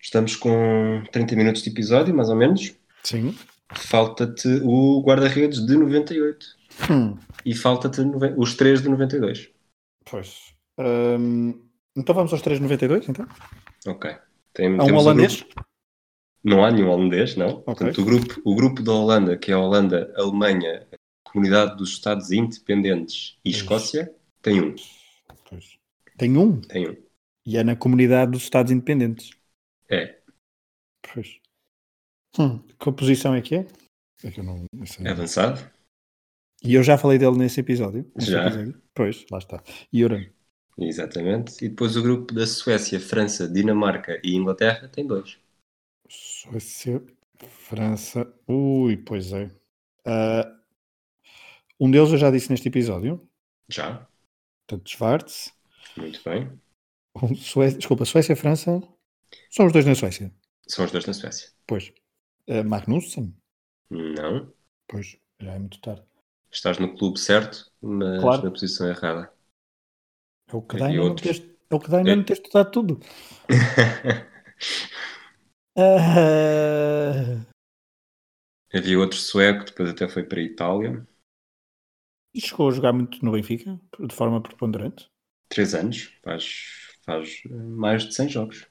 Speaker 2: Estamos com 30 minutos de episódio, mais ou menos.
Speaker 1: Sim.
Speaker 2: Falta-te o guarda-redes de 98
Speaker 1: Hum,
Speaker 2: e falta-te noven- os três de 92.
Speaker 1: pois. Hum, então vamos aos 3,92, então?
Speaker 2: Ok. Tem,
Speaker 1: Há
Speaker 2: temos
Speaker 1: um
Speaker 2: o
Speaker 1: holandês?
Speaker 2: grupo- Não há nenhum holandês, não. Portanto, o grupo, o grupo da Holanda, que é a Holanda, Alemanha, Comunidade dos Estados Independentes e
Speaker 1: Isso.
Speaker 2: Escócia, tem um.
Speaker 1: Pois. Tem um.
Speaker 2: Tem um.
Speaker 1: E é na comunidade dos Estados Independentes.
Speaker 2: É.
Speaker 1: Pois. Hum, que posição é que é? É que eu não- não sei.
Speaker 2: É avançado.
Speaker 1: E eu já falei dele nesse episódio. neste
Speaker 2: Já.
Speaker 1: episódio. Pois, lá está. Yoram.
Speaker 2: Exatamente. E depois o grupo da Suécia, França, Dinamarca e Inglaterra tem dois.
Speaker 1: Suécia, França. Ui, pois é. Ah, um deles eu já disse neste episódio.
Speaker 2: Já.
Speaker 1: Portanto, Schwartz.
Speaker 2: Muito bem.
Speaker 1: Um Sué- desculpa, Suécia, França. São os dois na Suécia.
Speaker 2: São os dois na Suécia.
Speaker 1: Pois. Ah, Magnussen.
Speaker 2: Não.
Speaker 1: Pois, já é muito tarde.
Speaker 2: estás no clube certo, mas
Speaker 1: Claro.
Speaker 2: na posição errada.
Speaker 1: É o que dá
Speaker 2: E
Speaker 1: em não
Speaker 2: outros.
Speaker 1: teres- é o que dá em não
Speaker 2: É.
Speaker 1: ter estudado tudo.
Speaker 2: <laughs>
Speaker 1: Ah,
Speaker 2: Havia outro sueco, depois até foi para a Itália,
Speaker 1: e chegou a jogar muito no Benfica, de forma preponderante.
Speaker 2: 3 anos, faz, faz eh, mais de 100 jogos.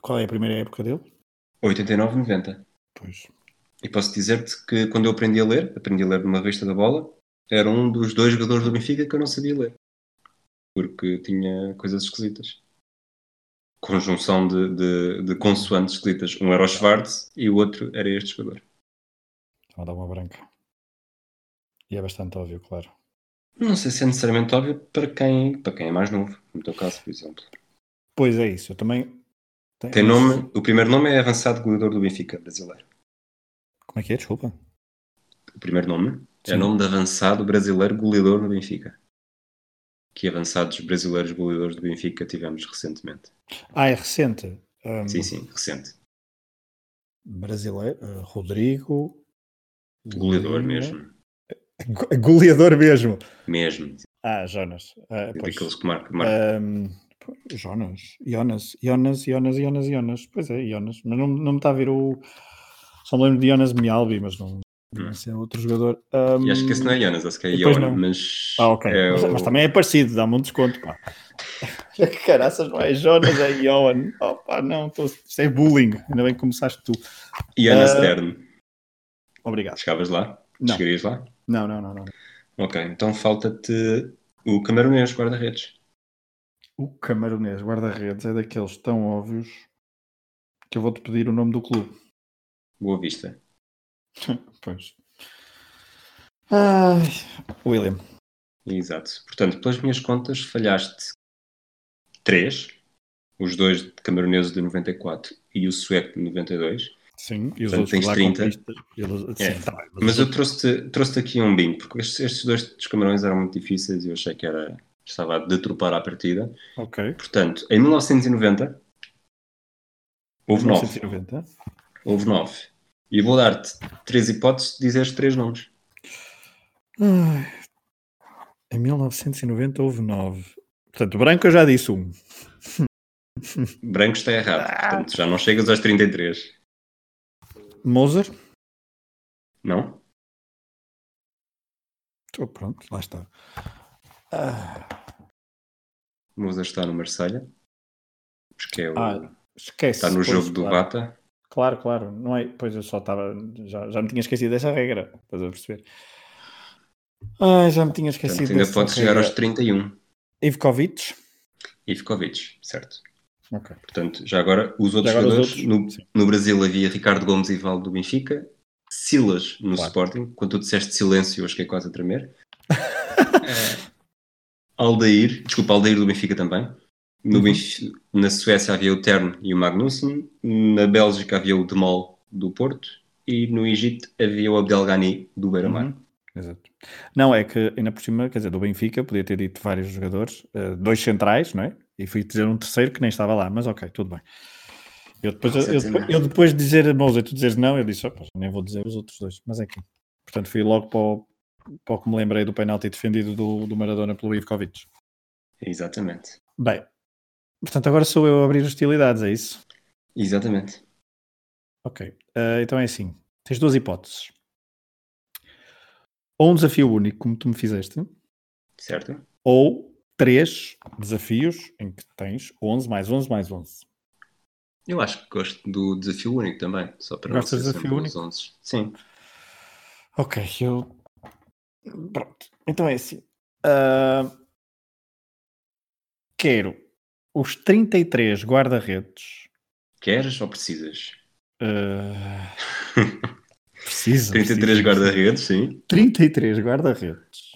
Speaker 1: Qual é a primeira época dele?
Speaker 2: 89, 90.
Speaker 1: Pois.
Speaker 2: E posso dizer-te que quando eu aprendi a ler, aprendi a ler numa revista da bola, era um dos dois jogadores do Benfica que eu não sabia ler. Porque tinha coisas esquisitas. Conjunção de, de, de consoantes esquisitas. Um era o Schwartz e o outro era este jogador.
Speaker 1: Vou dar uma branca. E é bastante óbvio, claro.
Speaker 2: Não sei se é necessariamente óbvio para quem, para quem é mais novo, no teu caso, por exemplo.
Speaker 1: Pois é isso, eu também. Tem,
Speaker 2: Tem nome, o primeiro nome é avançado goleador do Benfica brasileiro.
Speaker 1: Como é que é? Desculpa.
Speaker 2: O primeiro nome é
Speaker 1: Sim.
Speaker 2: nome de avançado brasileiro goleador do Benfica. Que avançados brasileiros goleadores do Benfica tivemos recentemente.
Speaker 1: Ah, é recente. Ahm,
Speaker 2: Sim, sim, recente.
Speaker 1: Brasileiro. ah, Rodrigo.
Speaker 2: Goleador
Speaker 1: Lima.
Speaker 2: mesmo.
Speaker 1: Go- Goleador mesmo.
Speaker 2: Mesmo.
Speaker 1: Ah, Jonas. Ah, pois.
Speaker 2: É Daqueles que marcam. marcam.
Speaker 1: Ahm, pô, Jonas, Jonas, Jonas, Jonas, Jonas, Jonas. Pois é, Jonas. Mas não, não me está a vir o. Só me lembro de Jonas Mialbi, mas não. Não
Speaker 2: Hum.
Speaker 1: sei, é outro jogador. Ahm,
Speaker 2: E acho que esse não é Jonas, acho que é
Speaker 1: Depois
Speaker 2: Iona,
Speaker 1: não.
Speaker 2: mas.
Speaker 1: Ah, ok.
Speaker 2: é
Speaker 1: mas,
Speaker 2: o-
Speaker 1: mas também é parecido, dá-me um desconto, pá. <laughs> Que Caraças, não é Jonas, é Ion. Opa, não, tô... isto é bullying. Ainda bem que começaste tu.
Speaker 2: Iona
Speaker 1: Ah.
Speaker 2: Stern.
Speaker 1: Obrigado.
Speaker 2: Chegavas lá?
Speaker 1: Não.
Speaker 2: Chegarias lá?
Speaker 1: Não, não, não, não.
Speaker 2: Ok, então falta-te o camerunês, guarda-redes.
Speaker 1: O camaronês guarda-redes é daqueles tão óbvios que eu vou-te pedir o nome do clube.
Speaker 2: Boa vista.
Speaker 1: Pois. Ai, William.
Speaker 2: Exato. Portanto, pelas minhas contas, falhaste três. Os dois cameruneses de 94 e o sueco de 92.
Speaker 1: Sim, e os
Speaker 2: Portanto,
Speaker 1: outros
Speaker 2: tens
Speaker 1: lá
Speaker 2: 30.
Speaker 1: conquistas. Eles-
Speaker 2: É.
Speaker 1: Sim, tá bem, mas os
Speaker 2: Mas eu trouxe-te trouxe aqui um bingo, porque estes, estes dois dos camarões eram muito difíceis e eu achei que era, estava a detropar a partida.
Speaker 1: outros- Ok.
Speaker 2: Portanto, em 1990, houve nove.
Speaker 1: 1990.
Speaker 2: Houve nove. E vou dar-te três hipóteses de dizeres três nomes.
Speaker 1: Ai. Em 1990 houve nove. Portanto, branco eu já disse um.
Speaker 2: Branco está errado,
Speaker 1: Ah.
Speaker 2: portanto já não chegas aos 33.
Speaker 1: Moser.
Speaker 2: Não?
Speaker 1: Oh, pronto, lá está. Ah,
Speaker 2: Musa está no Marselha porque é o-
Speaker 1: Ah, esquece.
Speaker 2: está Tá no
Speaker 1: pois,
Speaker 2: jogo do
Speaker 1: claro.
Speaker 2: Bata.
Speaker 1: Claro, claro. Não é... Pois eu só estava. Já, já me tinha esquecido dessa regra. Estás a perceber? Ai, já me tinha esquecido
Speaker 2: Portanto, ainda
Speaker 1: dessa
Speaker 2: pode chegar
Speaker 1: regra.
Speaker 2: aos 31.
Speaker 1: Ivkovic.
Speaker 2: Ivkovic, certo?
Speaker 1: Ok.
Speaker 2: Portanto, já agora os outros
Speaker 1: Já agora os
Speaker 2: jogadores.
Speaker 1: outros,
Speaker 2: no- No, Brasil havia Ricardo Gomes e Valdo do Benfica, Silas no
Speaker 1: Claro.
Speaker 2: Sporting. Quando tu disseste silêncio, eu fiquei quase
Speaker 1: <laughs>
Speaker 2: a tremer. Eh, Aldair, desculpa, Aldair do Benfica também. No
Speaker 1: Uhum.
Speaker 2: Benfi- na Suécia havia o Terno e o Magnussen. Na Bélgica havia o Demol do Porto. E no Egito havia o Abdelghani do Beira-Mar.
Speaker 1: Uhum. Exato. Não, é que ainda por cima, quer dizer, do Benfica, podia ter dito vários jogadores, eh, dois centrais, não é? E fui dizer um terceiro que nem estava lá, mas ok, tudo bem. Eu depois, eu, eu depois, eu depois de dizer Mousa e tu dizes não, eu disse, opa, nem vou dizer os outros dois, mas é que. Portanto, fui logo para o, para o que me lembrei do penalti defendido do, do Maradona pelo Ivkovic.
Speaker 2: Exatamente.
Speaker 1: Bem, portanto, agora sou eu a abrir hostilidades, é isso?
Speaker 2: Exatamente.
Speaker 1: Ok, eh, então é assim: tens duas hipóteses. Ou um desafio único, como tu me fizeste.
Speaker 2: Certo?
Speaker 1: ou três desafios em que tens 11 mais 11 mais 11.
Speaker 2: Eu acho que gosto do desafio único também. Só para
Speaker 1: Gostas do
Speaker 2: não ser
Speaker 1: desafio
Speaker 2: sempre os 11. Sim.
Speaker 1: Ok, eu. Pronto, então é assim. Ah, Quero os 33 guarda-redes.
Speaker 2: Queres ou precisas?
Speaker 1: <laughs> ah, Precisa.
Speaker 2: 33
Speaker 1: precisa,
Speaker 2: guarda-redes, sim.
Speaker 1: 33 guarda-redes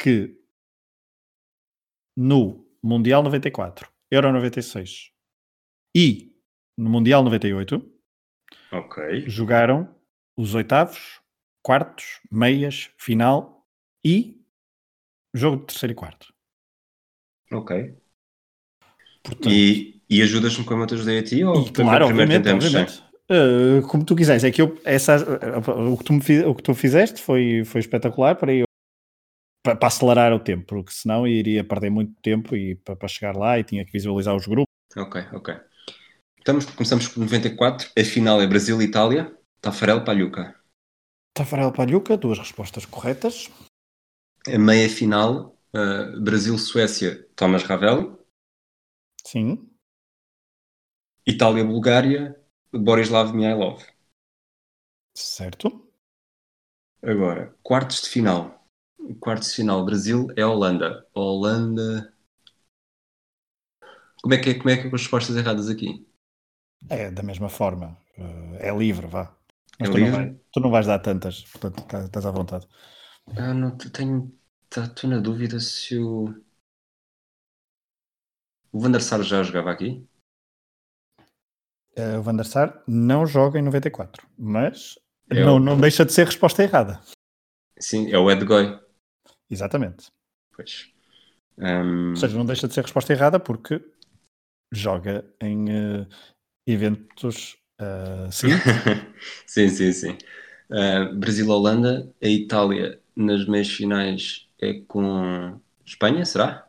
Speaker 1: que no Mundial 94, Euro 96 e no Mundial 98
Speaker 2: Ok.
Speaker 1: jogaram os oitavos, quartos, meias, final e jogo de terceiro e quarto.
Speaker 2: Ok.
Speaker 1: Portanto,
Speaker 2: E, e ajudas-me como eu te ajudei a ti? Ou
Speaker 1: e, claro,
Speaker 2: primeiro
Speaker 1: Oh, obviamente,
Speaker 2: tentamos sem?
Speaker 1: obviamente. Uh, como tu quiseres, é que eu, essa, o, que tu me, o que tu fizeste foi, foi espetacular para, eu, para, para acelerar o tempo, porque senão iria perder muito tempo e, para, para, chegar lá e tinha que visualizar os grupos.
Speaker 2: Ok, ok. Estamos, começamos com 94, a final é Brasil-Itália, Tafarel Palhuca.
Speaker 1: Tafarel Palhuca, duas respostas corretas.
Speaker 2: A meia final, uh, Brasil-Suécia, Thomas Ravel.
Speaker 1: Sim.
Speaker 2: Itália-Bulgária, Borislav Mihailov.
Speaker 1: Certo.
Speaker 2: Agora, quartos de final. Quartos de final, Brasil é Holanda. Holanda. Como é que é, como é que é com as respostas erradas aqui?
Speaker 1: É da mesma forma. É livre, vá.
Speaker 2: É
Speaker 1: tu,
Speaker 2: livre?
Speaker 1: Não vais, tu não vais dar tantas, portanto tá, estás à vontade.
Speaker 2: Ah, não tenho. Estou na dúvida se o. O Van der Sar já jogava aqui?
Speaker 1: Uh, o Van der Sar não joga em 94, mas é não, o... não deixa de ser resposta errada.
Speaker 2: Sim, é o Edgoy.
Speaker 1: Exatamente.
Speaker 2: Pois. Um...
Speaker 1: Ou seja, não deixa de ser resposta errada porque joga em uh, eventos uh, sim.
Speaker 2: sim, sim, sim. Ah, Brasil-Holanda, a Itália nas meias finais é com Espanha, será?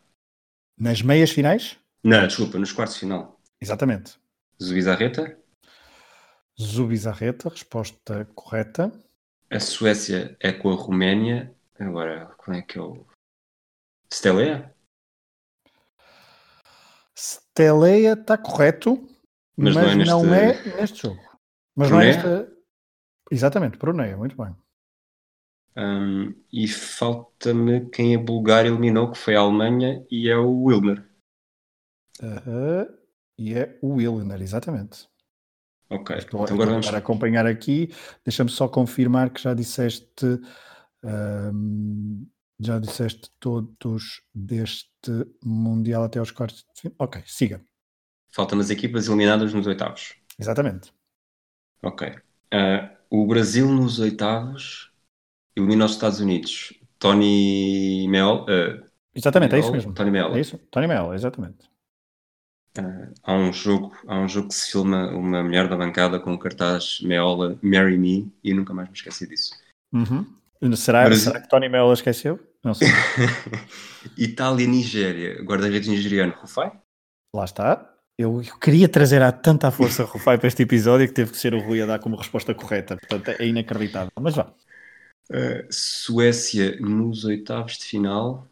Speaker 1: Nas meias finais?
Speaker 2: Não, desculpa, nos quartos de final.
Speaker 1: Exatamente.
Speaker 2: Zubizarreta?
Speaker 1: Zubizarreta, resposta correta.
Speaker 2: A Suécia é com a Roménia. Agora, como é que é o. Steleia?
Speaker 1: Steleia está correto, mas, mas, não, é, não neste... é neste jogo. Mas Bruneia? não é nesta. Exatamente, Bruneia, muito bem.
Speaker 2: Um, e falta-me quem a Bulgária eliminou, que foi a Alemanha, e é o Wilner.
Speaker 1: Uhum. -huh. E é o Willner, exatamente.
Speaker 2: Ok.
Speaker 1: Estou, então agora vamos... acompanhar aqui. Deixa-me só confirmar que já disseste. Um, já disseste todos deste Mundial até aos quartos de fim. Ok, siga.
Speaker 2: Faltam as equipas eliminadas nos oitavos.
Speaker 1: Exatamente.
Speaker 2: Ok. Uh, o Brasil nos oitavos elimina os Estados Unidos. Tony Mel. Uh,
Speaker 1: exatamente, Mel, é isso mesmo.
Speaker 2: Tony Mel.
Speaker 1: É isso? Tony Mel, exatamente.
Speaker 2: Uh, há um jogo há um jogo que se filma uma mulher da bancada com o um cartaz Meola Marry Me e nunca mais me esqueci disso <laughs>
Speaker 1: uhum. será, Brasil... será, que Tony Meola esqueceu? não sei
Speaker 2: Itália-Nigéria guarda-redes nigeriano Rufai?
Speaker 1: lá está eu, eu queria trazer à tanta força Rufai para este episódio que teve que ser o Rui a dar como resposta correta portanto é inacreditável mas vá
Speaker 2: uh, Suécia nos oitavos de final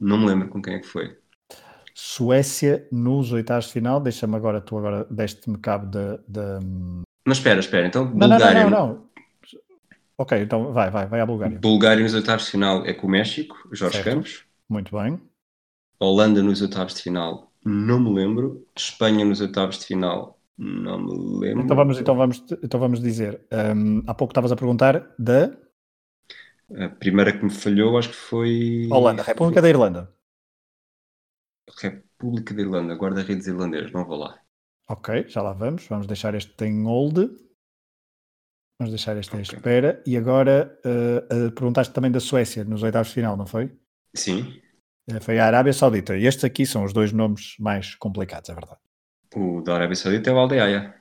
Speaker 2: não me lembro com quem é que foi
Speaker 1: Suécia nos oitavos de final. Deixa-me agora, tu agora deste-me cabo da. De...
Speaker 2: Mas espera, espera, então
Speaker 1: não, Bulgária. Não, não, não, Ok, então vai, vai, vai à Bulgária.
Speaker 2: Bulgária nos oitavos de final é com o México, Jorge
Speaker 1: Certo.
Speaker 2: Campos.
Speaker 1: Muito bem.
Speaker 2: Holanda nos oitavos de final, não me lembro. Espanha nos oitavos de final, não me lembro.
Speaker 1: Então vamos, então vamos, então vamos dizer. Um, há pouco estavas a perguntar da.
Speaker 2: A primeira que me falhou, acho que foi.
Speaker 1: Holanda, República da Irlanda.
Speaker 2: República da Irlanda, guarda-redes irlandês, não vou lá.
Speaker 1: Ok, já lá vamos. Vamos deixar este em hold. Vamos deixar este okay. à espera. E agora uh, uh, perguntaste também da Suécia nos oitavos de final, não foi?
Speaker 2: Sim.
Speaker 1: Uh, foi a Arábia Saudita. E estes aqui são os dois nomes mais complicados, é verdade.
Speaker 2: O da Arábia Saudita é o Aldeia.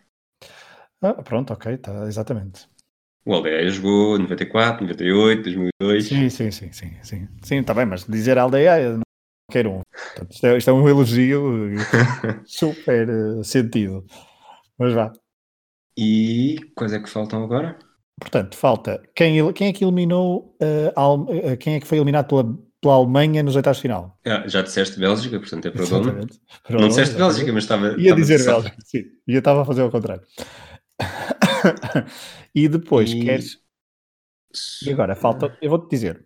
Speaker 1: Ah, pronto, ok, tá, exatamente.
Speaker 2: O Aldeia jogou 94, 98, 2002.
Speaker 1: Sim, sim, sim, sim. Sim, sim tá bem, mas dizer Aldeia qualquer um. Portanto, isto, é, isto, é, um elogio super uh, sentido. Mas vá.
Speaker 2: E quais é que faltam agora?
Speaker 1: Portanto, falta quem, quem é que eliminou uh, quem é que foi eliminado pela, pela Alemanha nos oitavos de final?
Speaker 2: Ah, já disseste Bélgica, portanto é problema. Não, não disseste Bélgica, mas tá estava.
Speaker 1: Ia estava dizer Bélgica, sim. E eu estava a fazer ao contrário. <coughs> e depois e... queres. E agora falta. Eu vou-te dizer.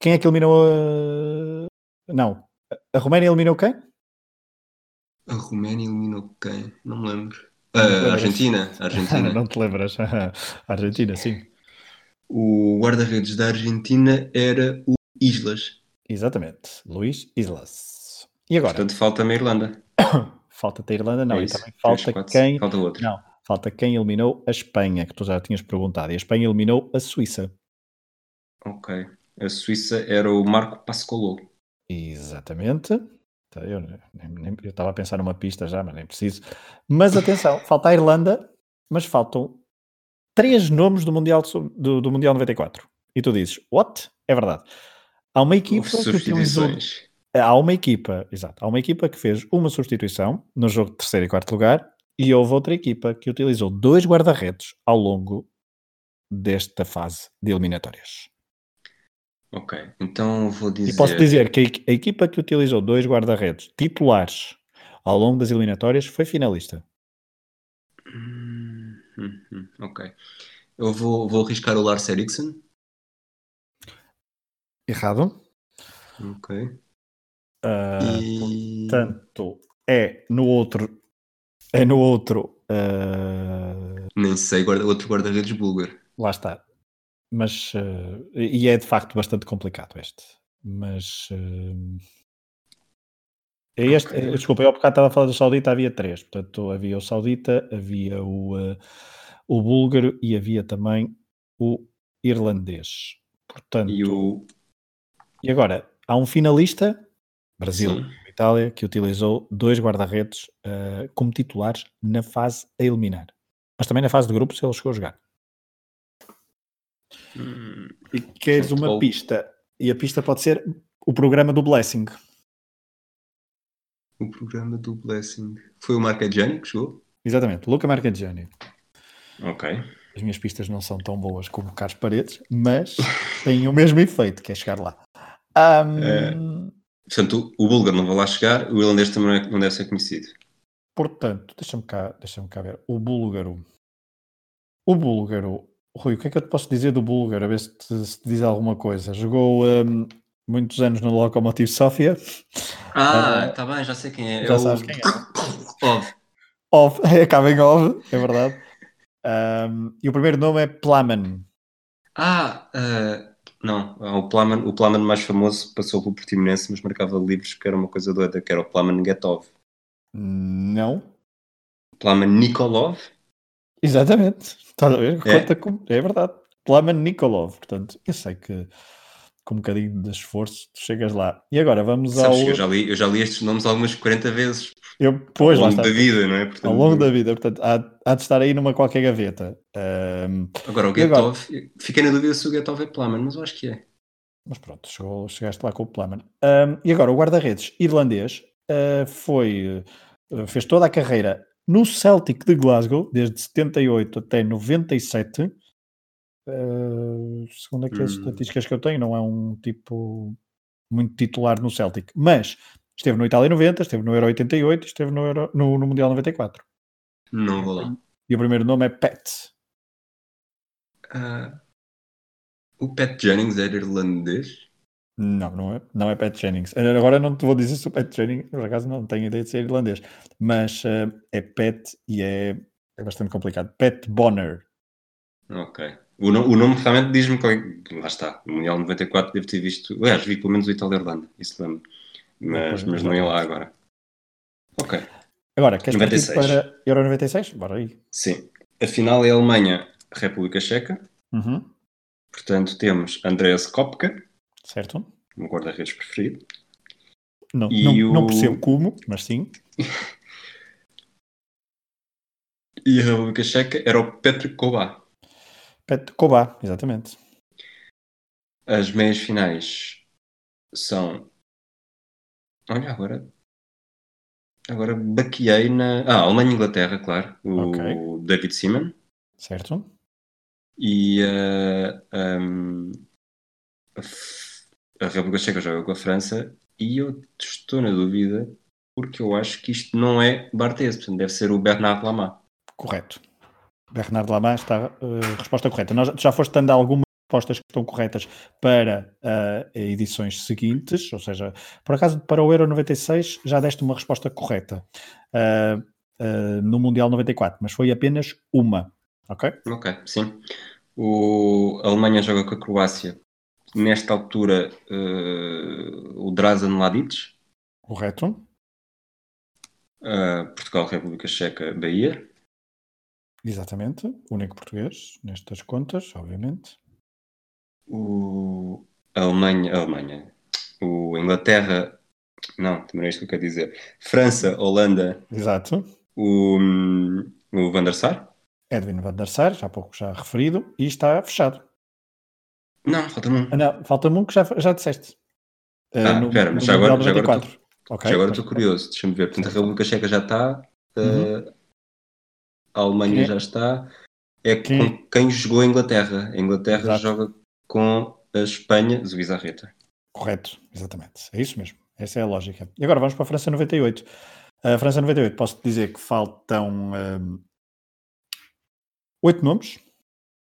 Speaker 1: Quem é que eliminou a... Não. A Roménia eliminou quem?
Speaker 2: A Roménia eliminou quem? Não me lembro. Uh, Argentina.
Speaker 1: <laughs>
Speaker 2: Argentina.
Speaker 1: não te lembras. Argentina, sim.
Speaker 2: O guarda-redes da Argentina era o Islas.
Speaker 1: Exatamente. Luís Islas. E agora?
Speaker 2: Portanto, falta-me a Irlanda.
Speaker 1: falta-te a Irlanda, não. É isso, e também falta 3, 4, quem...
Speaker 2: Falta outro.
Speaker 1: Não. Falta quem eliminou a Espanha, que tu já tinhas perguntado. E a Espanha eliminou a Suíça.
Speaker 2: Ok. A Suíça era o Marco Pascolo.
Speaker 1: Exatamente. Então, Eu estava a pensar numa pista já, mas nem preciso. Mas atenção, falta a Irlanda mas faltam três nomes do Mundial, do, do mundial 94. E tu dizes, what? É verdade. Há uma equipa
Speaker 2: Houve
Speaker 1: que utilizou.
Speaker 2: substituições.
Speaker 1: Há uma equipa, exato, há uma equipa que fez uma substituição no jogo de terceiro e quarto lugar e houve outra equipa que utilizou dois guarda-redes ao longo desta fase de eliminatórias.
Speaker 2: Ok, então vou dizer.
Speaker 1: E posso dizer que a equi- a equipa que utilizou dois guarda-redes titulares ao longo das eliminatórias foi finalista.
Speaker 2: Hum, hum, hum, ok. Eu vou, vou arriscar o Lars Eriksen.
Speaker 1: Errado.
Speaker 2: Ok.
Speaker 1: Ah,
Speaker 2: e...
Speaker 1: Portanto, é no outro, é no outro, ah,
Speaker 2: Nem sei, guarda, outro guarda-redes búlgaro.
Speaker 1: lá está. Mas, ah, e é de facto bastante complicado este. Mas, ah, é este,
Speaker 2: Ok.
Speaker 1: eh, desculpa, eu há bocado estava a falar do Saudita, havia três. Portanto, havia o Saudita, havia o, ah, o Búlgaro e havia também o Irlandês. Portanto,
Speaker 2: E o.
Speaker 1: e agora, há um finalista, Brasil,
Speaker 2: Sim.
Speaker 1: Itália, que utilizou dois guarda-redes eh, como titulares na fase a eliminar. Mas também na fase de grupos ele chegou a jogar.
Speaker 2: Hum,
Speaker 1: E queres
Speaker 2: uma
Speaker 1: uma pista. E a pista pode ser o programa do Blessing.
Speaker 2: o programa do Blessing. Foi o Marco Adjani que chegou?
Speaker 1: Exatamente, Luca Marcangiani.
Speaker 2: Ok.
Speaker 1: As minhas pistas não são tão boas como Carlos Paredes, mas têm o mesmo efeito, que é chegar lá. Ahm,
Speaker 2: Portanto, o búlgaro não vai lá chegar, o irlandês também não é- não deve ser conhecido.
Speaker 1: Portanto, deixa-me cá, deixa cá ver. O búlgaro. O búlgaro. Rui, o que é que eu te posso dizer do búlgaro? A ver se te, se te diz alguma coisa. Jogou hum, muitos anos no Lokomotiv Sofia. <laughs>
Speaker 2: Ah,
Speaker 1: Ah,
Speaker 2: tá bem, já sei quem é.
Speaker 1: já
Speaker 2: é o-
Speaker 1: sabes quem
Speaker 2: Óbvio.
Speaker 1: Ov, <laughs> acaba em Ov, é verdade. Hum, e o primeiro nome é Plaman.
Speaker 2: Ah, ah, não, ah, o Plaman, o Plaman mais famoso passou pelo Portimonense, mas marcava livros que era uma coisa doida, que era o Plaman Getov.
Speaker 1: Não.
Speaker 2: Plaman Nikolov,
Speaker 1: Exatamente. Estás a ver?
Speaker 2: É.
Speaker 1: Conta como- é verdade. Plaman Nikolov. Portanto, eu sei que com um bocadinho de esforço tu chegas lá. E agora vamos ao.
Speaker 2: sabes que eu já, li, eu já li estes nomes algumas 40 vezes
Speaker 1: Eu, pois,
Speaker 2: ao
Speaker 1: lá
Speaker 2: longo
Speaker 1: está.
Speaker 2: da vida, não é? Portanto,
Speaker 1: ao longo da vida, portanto, há, há de estar aí numa qualquer gaveta. Ahm,
Speaker 2: Agora, o
Speaker 1: E agora?
Speaker 2: Getov, eu fiquei na dúvida se o Getov é Plaman, mas eu acho que é.
Speaker 1: mas pronto, chegou- chegaste lá com o Plaman. Ahm, e agora, o guarda-redes irlandês ah, foi, ah, fez toda a carreira no Celtic de Glasgow, desde 78 até 97. Ah, segundo aquelas
Speaker 2: Hum.
Speaker 1: estatísticas que eu tenho, não é um tipo muito titular no Celtic, mas esteve no Itália 90, esteve no Euro 88, esteve no, Euro, no, no Mundial 94.
Speaker 2: Não vou lá.
Speaker 1: E o primeiro nome é Pet.
Speaker 2: Ah, o Pat Jennings era irlandês?
Speaker 1: Não, não é, não é Pat Jennings. Agora não te vou dizer se o Pat Jennings, por acaso não tenho ideia de ser irlandês, mas eh, é Pat e é, é bastante complicado. Pat Bonner.
Speaker 2: Ok. O, no- o nome realmente diz-me qual é. Lá está. No Mundial 94 devo ter visto. Aliás, vi pelo menos o Itália-Irlanda, isso lembro. Mas,
Speaker 1: Pois,
Speaker 2: mas não é lá agora. Ok.
Speaker 1: Agora, queres partir
Speaker 2: 96.
Speaker 1: para Euro 96? Bora aí.
Speaker 2: Sim. A final é Alemanha-República Checa.
Speaker 1: Uhum,
Speaker 2: Portanto, temos Andreas Kopka,
Speaker 1: Certo?
Speaker 2: o meu guarda-redes preferido.
Speaker 1: Não,
Speaker 2: E
Speaker 1: não, não
Speaker 2: o-
Speaker 1: percebo como, mas sim.
Speaker 2: E a República Checa era o Petr Kobá.
Speaker 1: Pat Kobá, exatamente.
Speaker 2: As meias finais são. Olha, agora. Agora baqueei na. Ah, Alemanha e Inglaterra, claro. O
Speaker 1: Ok.
Speaker 2: David Seaman.
Speaker 1: Certo?
Speaker 2: E eh, um, a, F- a República Checa joga com a França. E eu estou na dúvida porque eu acho que isto não é Barthez, portanto deve ser o Bernard Lamar.
Speaker 1: Correto. Bernardo Lamar está eh, resposta correta. Nós, tu já foste dando algumas respostas que estão corretas para ah, edições seguintes, ou seja, por acaso para o Euro 96 já deste uma resposta correta ah, ah, no Mundial 94, mas foi apenas uma. Ok?
Speaker 2: Ok, sim. O, a Alemanha joga com a Croácia. Nesta altura, eh, o Drazen Mladic.
Speaker 1: Correto?
Speaker 2: Uh, Portugal, República Checa, Bahia.
Speaker 1: Exatamente. Único português nestas contas, obviamente.
Speaker 2: O... a Alemanha, a Alemanha. O Inglaterra, não, também não é isto que eu quero dizer. França, Holanda,
Speaker 1: Exato.
Speaker 2: o, hum, o Van der Sar.
Speaker 1: Edwin Van der Sar, já há pouco já referido, e está fechado.
Speaker 2: Não, falta-me um.
Speaker 1: Ah, Não, falta-me um que já, já disseste. Eh,
Speaker 2: Ah,
Speaker 1: no-
Speaker 2: espera,
Speaker 1: no
Speaker 2: mas já agora-
Speaker 1: Mundial
Speaker 2: já agora
Speaker 1: 94. Ok,
Speaker 2: Já agora
Speaker 1: pronto.
Speaker 2: estou curioso, deixa-me ver. Portanto, a República Checa já está, eh,
Speaker 1: Uhum.
Speaker 2: a
Speaker 1: Quem
Speaker 2: Alemanha
Speaker 1: é?
Speaker 2: já está. É
Speaker 1: Quem-
Speaker 2: com quem jogou a Inglaterra. A Inglaterra
Speaker 1: Exato.
Speaker 2: joga com a Espanha, Zubizarreta.
Speaker 1: Correto, exatamente. É isso mesmo. Essa é a lógica. E agora vamos para a França 98. A França 98, posso dizer que faltam hum, oito nomes.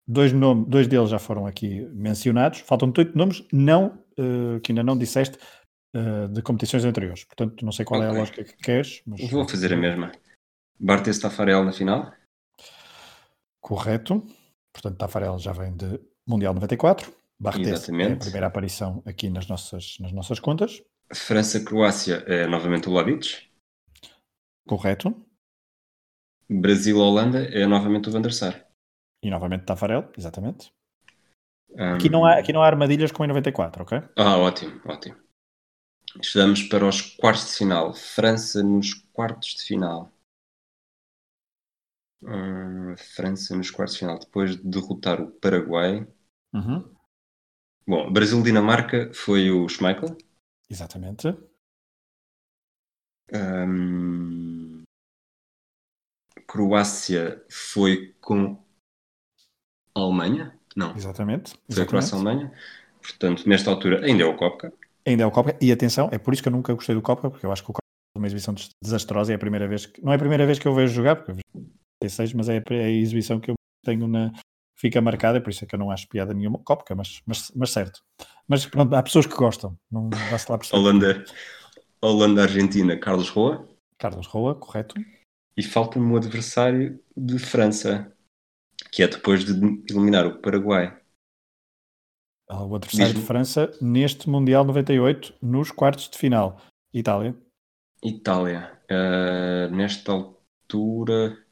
Speaker 1: Dois, nom- dois deles já foram aqui mencionados. Faltam-te oito nomes não, eh, que ainda não disseste eh, de competições anteriores. Portanto, não sei qual é a
Speaker 2: Ok.
Speaker 1: lógica que queres. Mas...
Speaker 2: Vou fazer a mesma. Bartes Tafarel na final.
Speaker 1: Correto. Portanto, Tafarel já vem de Mundial 94. Barthez é a
Speaker 2: Exatamente.
Speaker 1: primeira aparição aqui nas nossas, nas nossas contas.
Speaker 2: França-Croácia é novamente o Ladic.
Speaker 1: Correto.
Speaker 2: Brasil-Holanda é novamente o Van der Sar.
Speaker 1: E novamente Tafarel, exatamente.
Speaker 2: Ahm,
Speaker 1: Aqui não, há, aqui não há armadilhas como em 94, ok?
Speaker 2: Ah, ótimo, ótimo. Chegamos para os quartos de final. França nos quartos de final. Hum, França nos quartos de final, depois de derrotar o Paraguai.
Speaker 1: Uhum.
Speaker 2: Bom, Brasil-Dinamarca foi o Schmeichel.
Speaker 1: Exatamente.
Speaker 2: Hum, Croácia foi com a Alemanha. Não,
Speaker 1: Exatamente.
Speaker 2: foi a
Speaker 1: exatamente.
Speaker 2: Croácia-Alemanha. Portanto, nesta altura ainda é o Kopka.
Speaker 1: Ainda é o Copa. E atenção, é por isso que eu nunca gostei do Copa, porque eu acho que o Copa é uma exibição des- desastrosa. É a primeira vez que. Não é a primeira vez que eu vejo jogar, porque eu vejo 36, mas é a é a exibição que eu tenho na. Fica marcada, por isso é que eu não acho piada nenhuma. Copa, é, mas, mas, mas certo. Mas pronto, há pessoas que gostam. Não dá-se lá perceber.
Speaker 2: Holanda- Holanda-Argentina, Carlos Roa.
Speaker 1: Carlos Roa, correto.
Speaker 2: E falta-me o adversário de França, que é depois de eliminar o Paraguai.
Speaker 1: Ah, O adversário de
Speaker 2: Diz-me.
Speaker 1: França neste Mundial 98, nos quartos de final. Itália.
Speaker 2: Itália. Ah, nesta altura,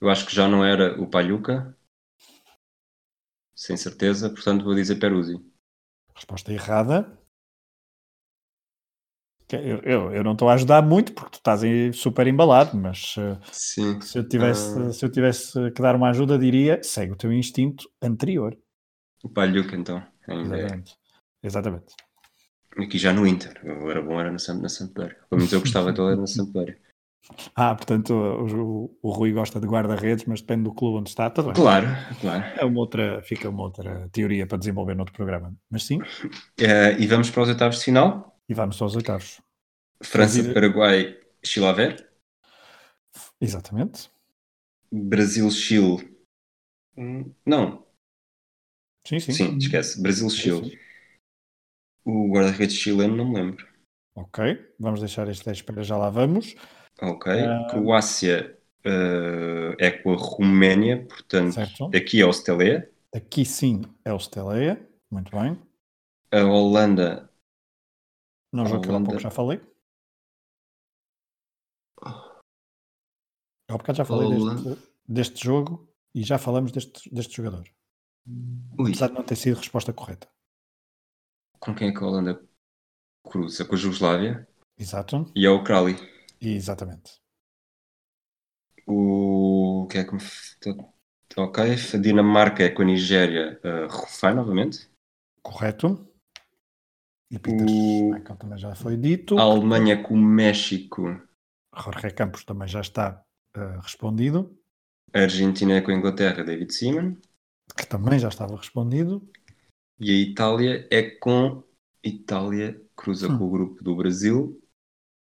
Speaker 2: eu acho que já não era o Pagliuca. Sem certeza, portanto vou dizer Peruzzi.
Speaker 1: Resposta errada. Que Eu, eu, eu não estou a ajudar muito porque tu estás aí super embalado, mas eh,
Speaker 2: Sim.
Speaker 1: se eu, tivesse,
Speaker 2: Ah.
Speaker 1: se eu tivesse que dar uma ajuda, diria segue o teu instinto anterior.
Speaker 2: O Pagliuca, então. Ainda é.
Speaker 1: Exatamente. Exatamente.
Speaker 2: Aqui já no Inter. Eu era bom, era na, Sam- na Sampdoria. Pelo menos eu gostava de ele era na Sampdoria.
Speaker 1: Ah, portanto, o, o- o Rui gosta de guarda-redes, mas depende do clube onde está. Tudo bem.
Speaker 2: Claro, claro.
Speaker 1: É uma outra, fica uma outra teoria para desenvolver noutro programa. Mas sim,
Speaker 2: Ah, e vamos para os oitavos de final.
Speaker 1: e vamos aos oitavos. Brasil-
Speaker 2: França-Paraguai, Chilaver.
Speaker 1: Exatamente.
Speaker 2: Brasil-Chile. Hum, Não,
Speaker 1: Sim, sim.
Speaker 2: sim, esquece. Brasil-Chile. O guarda-redes chileno, não me lembro.
Speaker 1: Ok, vamos deixar este à espera, já lá vamos.
Speaker 2: Ok.
Speaker 1: Ah.
Speaker 2: Croácia eh, é com a Roménia, portanto,
Speaker 1: Certo?
Speaker 2: aqui é o Stelea.
Speaker 1: Aqui sim é o Steleia. Muito bem.
Speaker 2: A Holanda.
Speaker 1: Não jogo que eu há
Speaker 2: Holanda.
Speaker 1: pouco já falei. Eu há bocado já falei
Speaker 2: Holanda.
Speaker 1: deste, deste jogo e já falamos deste, deste jogador.
Speaker 2: Ui,
Speaker 1: Apesar de não ter sido a resposta correta.
Speaker 2: com quem é que a Holanda cruza? Com a Jugoslávia
Speaker 1: Exato.
Speaker 2: e é o Crowley.
Speaker 1: E exatamente.
Speaker 2: O o que é que me. f- to- Ok. A Dinamarca é com a Nigéria. eh, Rufai, novamente.
Speaker 1: Correto. E Peter
Speaker 2: O-
Speaker 1: Schmeichel também já foi dito.
Speaker 2: A Alemanha é com o México.
Speaker 1: Jorge Campos também já está eh, respondido.
Speaker 2: A Argentina é com a Inglaterra. David Seaman.
Speaker 1: Que também já estava respondido.
Speaker 2: E a Itália é com. Itália cruza
Speaker 1: Hum.
Speaker 2: com o grupo do Brasil,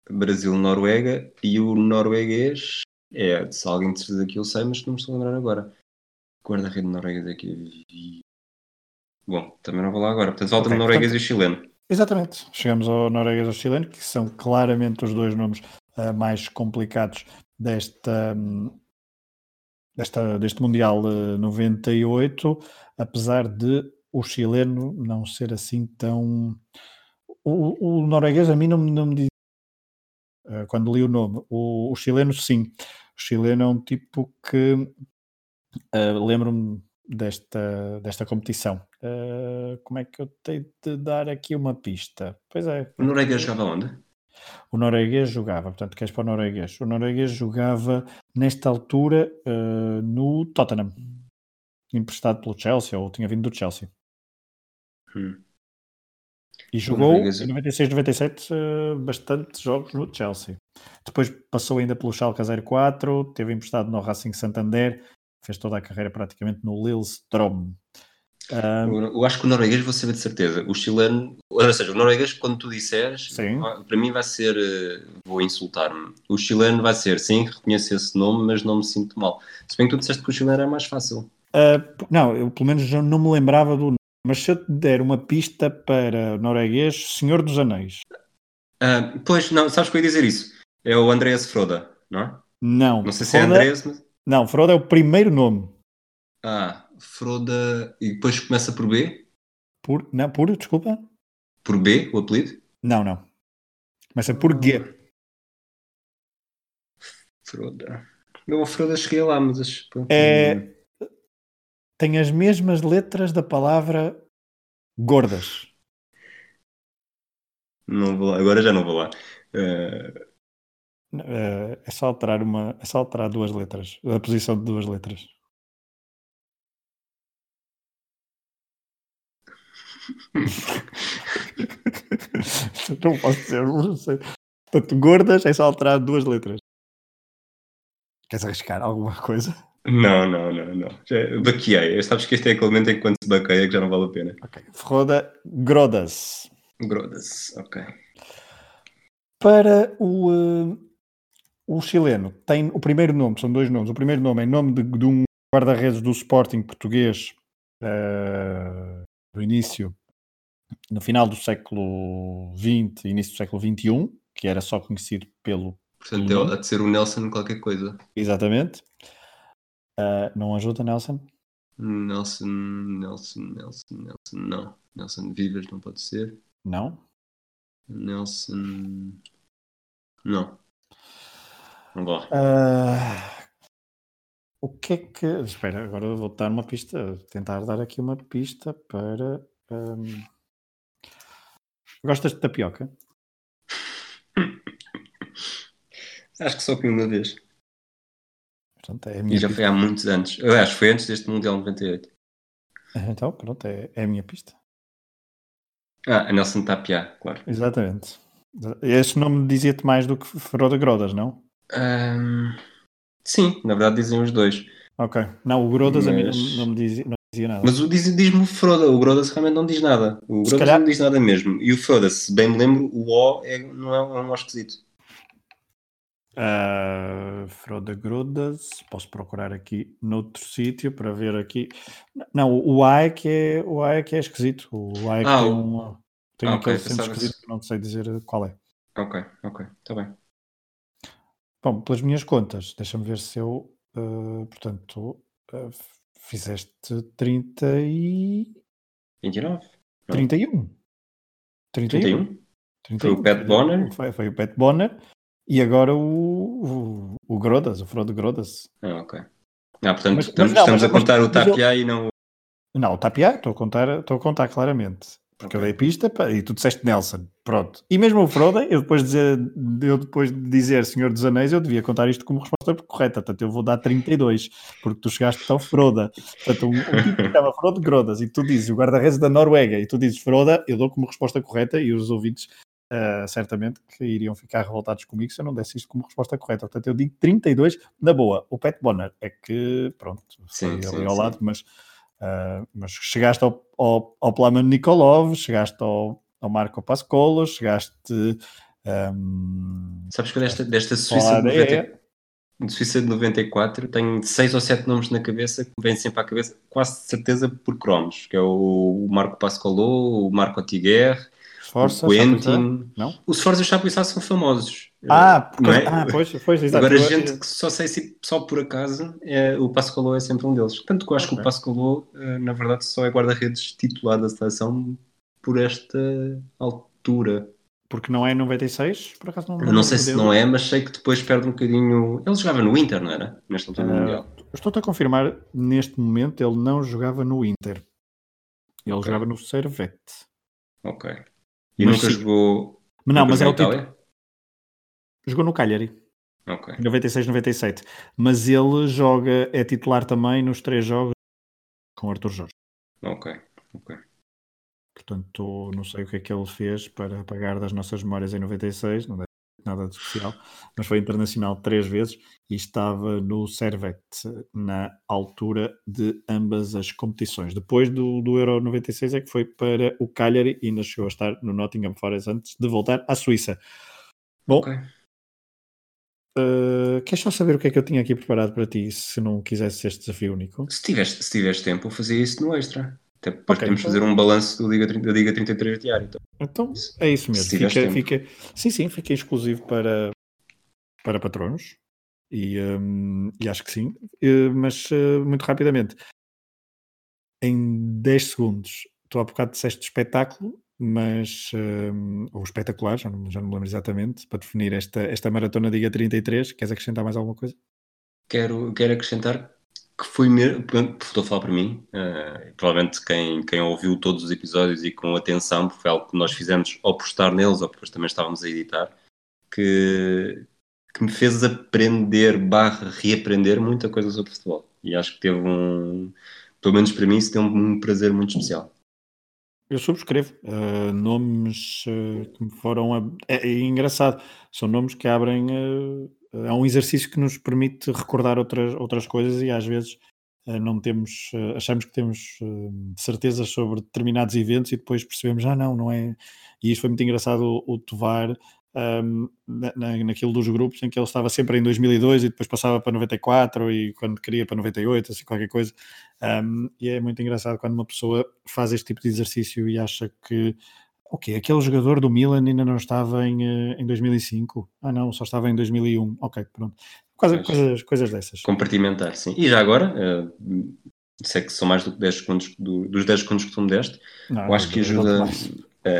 Speaker 2: Brasil-Noruega, e o norueguês é. Se alguém te fez aqui, eu sei, mas não me estou a lembrar agora. Guarda-rede norueguês é que vi. Bom, também não vou lá agora. Portanto,
Speaker 1: Ok,
Speaker 2: falta-me o norueguês e o chileno.
Speaker 1: Exatamente. Chegamos ao norueguês e ao chileno, que são claramente os dois nomes ah, mais complicados desta, hum, desta, deste Mundial eh, 98, apesar de o chileno não ser assim tão. O, o norueguês a mim não, me- não me diz. ah, Quando li o nome, o, o chileno, sim. O chileno é um tipo que ah, lembro-me desta, desta competição. Eh, Ah, como é que eu tenho de dar aqui uma pista? Pois é,
Speaker 2: O norueguês jogava onde?
Speaker 1: O norueguês jogava, portanto, queres para o norueguês? O norueguês jogava, nesta altura, uh, no Tottenham, emprestado pelo Chelsea, ou tinha vindo do Chelsea.
Speaker 2: Hum.
Speaker 1: E jogou em 96, 97 uh, bastantes jogos no Chelsea. Depois passou ainda pelo Schalke 04, teve emprestado no Racing Santander, fez toda a carreira praticamente no Lillestrøm.
Speaker 2: Um, eu acho que o norueguês vou saber de certeza. O chileno, ou seja, o norueguês, quando tu disseres, ah,
Speaker 1: sim.
Speaker 2: para mim vai ser, eh, vou insultar-me. O chileno vai ser, sim, reconheço esse nome, mas não me sinto mal. Se bem que tu disseste que o chileno era mais fácil.
Speaker 1: Uh, não, eu pelo menos não me lembrava do mas se eu te der uma pista para norueguês, Senhor dos Anéis.
Speaker 2: Uh, pois, não, sabes que eu ia dizer isso? É o Andreas Froda, não é?
Speaker 1: Não.
Speaker 2: Não sei Froda, se é Andreas, mas...
Speaker 1: Não, Froda é o primeiro nome.
Speaker 2: Ah, Froda... E depois começa por B?
Speaker 1: Por... Não, por, desculpa.
Speaker 2: Por B, o apelido?
Speaker 1: Não, não. Começa É por G.
Speaker 2: Froda... Eu a Froda cheguei lá, mas...
Speaker 1: É tem as mesmas letras da palavra gordas.
Speaker 2: Não vou lá, agora já não vou lá. Uh...
Speaker 1: Uh, é só alterar uma, é só alterar duas letras, a posição de duas letras. <laughs> não posso dizer, não sei. Portanto, gordas é só alterar duas letras. Queres arriscar alguma coisa?
Speaker 2: Não, não, não, não. Já baqueei. Sabes que este é aquele momento em que quando se baqueia que já não vale a pena.
Speaker 1: Ok. Froda Grodas.
Speaker 2: Grodas, ok.
Speaker 1: Para o, uh, o chileno, tem o primeiro nome, são dois nomes. O primeiro nome é nome de, de um guarda-redes do Sporting português uh, do início, no final do século XX, início do século XXI, que era só conhecido pelo
Speaker 2: Portanto, é, há de ser o Nelson qualquer coisa.
Speaker 1: Exatamente. Uh, não ajuda, Nelson?
Speaker 2: Nelson, Nelson, Nelson, Nelson, não. Nelson Vivas não pode ser.
Speaker 1: Não?
Speaker 2: Nelson. Não. Não vou.
Speaker 1: Uh, o que é que. Espera, agora vou dar uma pista. Tentar dar aqui uma pista para. Um... Gostas de tapioca?
Speaker 2: Acho que só comi uma vez.
Speaker 1: Portanto, é
Speaker 2: e já
Speaker 1: pista.
Speaker 2: foi há muitos anos. Eu acho que foi antes deste Mundial 98.
Speaker 1: <laughs> Então, pronto, é, é a minha pista.
Speaker 2: Ah, a Nelson Tapia, claro.
Speaker 1: Exatamente. Esse nome dizia-te mais do que Froda Grodas, não?
Speaker 2: Um, sim, na verdade dizem os dois.
Speaker 1: Ok. Não, o Grodas mas... a mim não, não me dizia, não dizia, nada.
Speaker 2: Mas o diz, diz-me o Froda, o Grodas realmente não diz nada. O Grodas calhar... não diz nada mesmo. E o Froda, se bem me lembro, o O é, não é um O esquisito.
Speaker 1: Uh, Froda Grudas, posso procurar aqui noutro sítio para ver aqui. Não, o A é que é, o A é, que é esquisito. O A é que
Speaker 2: Ah,
Speaker 1: tem,
Speaker 2: o-
Speaker 1: um, tem
Speaker 2: Ah,
Speaker 1: aquele
Speaker 2: ok,
Speaker 1: acento
Speaker 2: pensava que-
Speaker 1: esquisito que não sei dizer qual é.
Speaker 2: Ok, ok, está bem.
Speaker 1: Bom, pelas minhas contas, deixa-me ver se eu, uh, portanto, uh, fizeste 30 e...
Speaker 2: 29?
Speaker 1: 31. 31.
Speaker 2: 31?
Speaker 1: 31.
Speaker 2: Foi o Pat Bonner?
Speaker 1: Foi, foi o Pat Bonner. E agora o, o, o Grodas, o Frodo Grodas.
Speaker 2: Ah, ok. Ah,
Speaker 1: Mas-
Speaker 2: portanto,
Speaker 1: mas
Speaker 2: estamos,
Speaker 1: não,
Speaker 2: estamos
Speaker 1: mas-
Speaker 2: a contar
Speaker 1: mas-
Speaker 2: o
Speaker 1: mas eu-
Speaker 2: Tapia e não o.
Speaker 1: Não, o Tapia, estou a contar, estou a contar claramente. Porque eu dei pista pá, e tu disseste Nelson. Pronto. E mesmo o Froda, eu depois, de dizer, eu depois de dizer Senhor dos Anéis, eu devia contar isto como resposta correta. Portanto, eu vou dar 32, porque tu chegaste tão Froda. Portanto, um, um tipo que estava Frodo Grodas e tu dizes o guarda-redes da Noruega e tu dizes Froda, eu dou como resposta correta e os ouvintes ah, certamente que iriam ficar revoltados comigo se eu não desse isto como resposta correta. Portanto, eu digo 32 na boa. O Pat Bonner é que, pronto, foi
Speaker 2: Sim,
Speaker 1: ali
Speaker 2: sim,
Speaker 1: ao
Speaker 2: sim.
Speaker 1: lado, mas Uh, mas chegaste ao, ao, ao Plaman Nikolov, chegaste ao, ao Marco Pascolo, chegaste. um,
Speaker 2: Sabes que eu desta, desta
Speaker 1: Olá,
Speaker 2: Suíça de, 90,
Speaker 1: é.
Speaker 2: de Suíça de 94 tenho seis ou sete nomes na cabeça que me vêm sempre à cabeça, quase de certeza por cromos, que é o Marco Pascolo, o Marco Otiguer,
Speaker 1: Força,
Speaker 2: o
Speaker 1: Chapuisat?
Speaker 2: Quentin. eh,
Speaker 1: Não?
Speaker 2: Os Foros e o Chapuisat são famosos.
Speaker 1: Ah,
Speaker 2: Eh,
Speaker 1: por
Speaker 2: não
Speaker 1: causa-
Speaker 2: é?
Speaker 1: ah, pois, pois, exato.
Speaker 2: Agora,
Speaker 1: Eu-
Speaker 2: gente que só sei se só por acaso, é, o Pascolo é sempre um deles. Tanto que eu acho que
Speaker 1: Ok.
Speaker 2: o Pascolo, eh, na verdade, só é guarda-redes titular da seleção por esta altura.
Speaker 1: Porque não é 96? Por acaso não
Speaker 2: Eu não sei se não é, mas sei que depois perde um bocadinho. Ele jogava no Inter, não era? Nesta altura do
Speaker 1: Ah,
Speaker 2: Mundial.
Speaker 1: Estou-te a confirmar, neste momento ele não jogava no Inter. Ele
Speaker 2: Ok.
Speaker 1: jogava no Servette.
Speaker 2: Ok. E
Speaker 1: Mas
Speaker 2: nunca
Speaker 1: sim.
Speaker 2: jogou.
Speaker 1: Mas não,
Speaker 2: nunca
Speaker 1: mas é
Speaker 2: jogou
Speaker 1: o título.
Speaker 2: Itália?
Speaker 1: Jogou no Cagliari.
Speaker 2: Ok.
Speaker 1: 96-97. Mas ele joga, é titular também nos três jogos com Arthur Jorge.
Speaker 2: Ok. Ok.
Speaker 1: Portanto, não sei o que é que ele fez para apagar das nossas memórias em 96, não deve ter nada de especial, mas foi internacional três vezes e estava no Servette na altura de ambas as competições. Depois do, do Euro 96 é que foi para o Cagliari e ainda chegou a estar no Nottingham Forest antes de voltar à Suíça. Bom,
Speaker 2: Ok.
Speaker 1: Uh, queres só saber o que é que eu tinha aqui preparado para ti se não quisesse este desafio único?
Speaker 2: Se tiveres, se tiveres tempo, eu fazia isso no extra. Até depois
Speaker 1: Ok,
Speaker 2: temos de
Speaker 1: então-
Speaker 2: fazer um balanço do Liga 30 da Liga 33 diário. Então.
Speaker 1: Então é isso mesmo.
Speaker 2: Se tiveres
Speaker 1: Fica, fica- sim, sim, fica exclusivo para, para patronos e, hum, e acho que sim. Eh, mas eh, muito rapidamente, em 10 segundos, tu há bocado disseste espetáculo, mas hum, ou espetacular, já não, já não me lembro exatamente, para definir esta, esta maratona Diga 33. Queres acrescentar mais alguma coisa?
Speaker 2: Quero, quero acrescentar que foi mesmo. Estou a falar para mim. eh, provavelmente quem, quem ouviu todos os episódios e com atenção, porque foi algo que nós fizemos ou por estar neles ou porque também estávamos a editar, que, que me fez aprender barra reaprender muita coisa sobre futebol. E acho que teve um. Pelo menos para mim, isso teve um prazer muito especial.
Speaker 1: Eu subscrevo. Uh, nomes uh, que me foram. a- É, é engraçado. São nomes que abrem. uh, é um exercício que nos permite recordar outras, outras coisas e às vezes uh, não temos. uh, achamos que temos uh, certezas sobre determinados eventos e depois percebemos, ah, não, não é. E isto foi muito engraçado o, o Tovar. um, na, na- naquilo dos grupos em que ele estava sempre em 2002 e depois passava para 94 e quando queria para 98, assim qualquer coisa um, e é muito engraçado quando uma pessoa faz este tipo de exercício e acha que, ok, aquele jogador do Milan ainda não estava em, eh, em 2005. Ah, não, só estava em 2001. Ok, pronto. Coisa-
Speaker 2: Pois.
Speaker 1: coisas, coisas dessas.
Speaker 2: Compartimentar, sim. E já agora, eh, sei que são mais do que 10 segundos do- dos 10 segundos que tu me deste,
Speaker 1: Não,
Speaker 2: eu acho que
Speaker 1: não
Speaker 2: ajuda.
Speaker 1: mais.
Speaker 2: eh,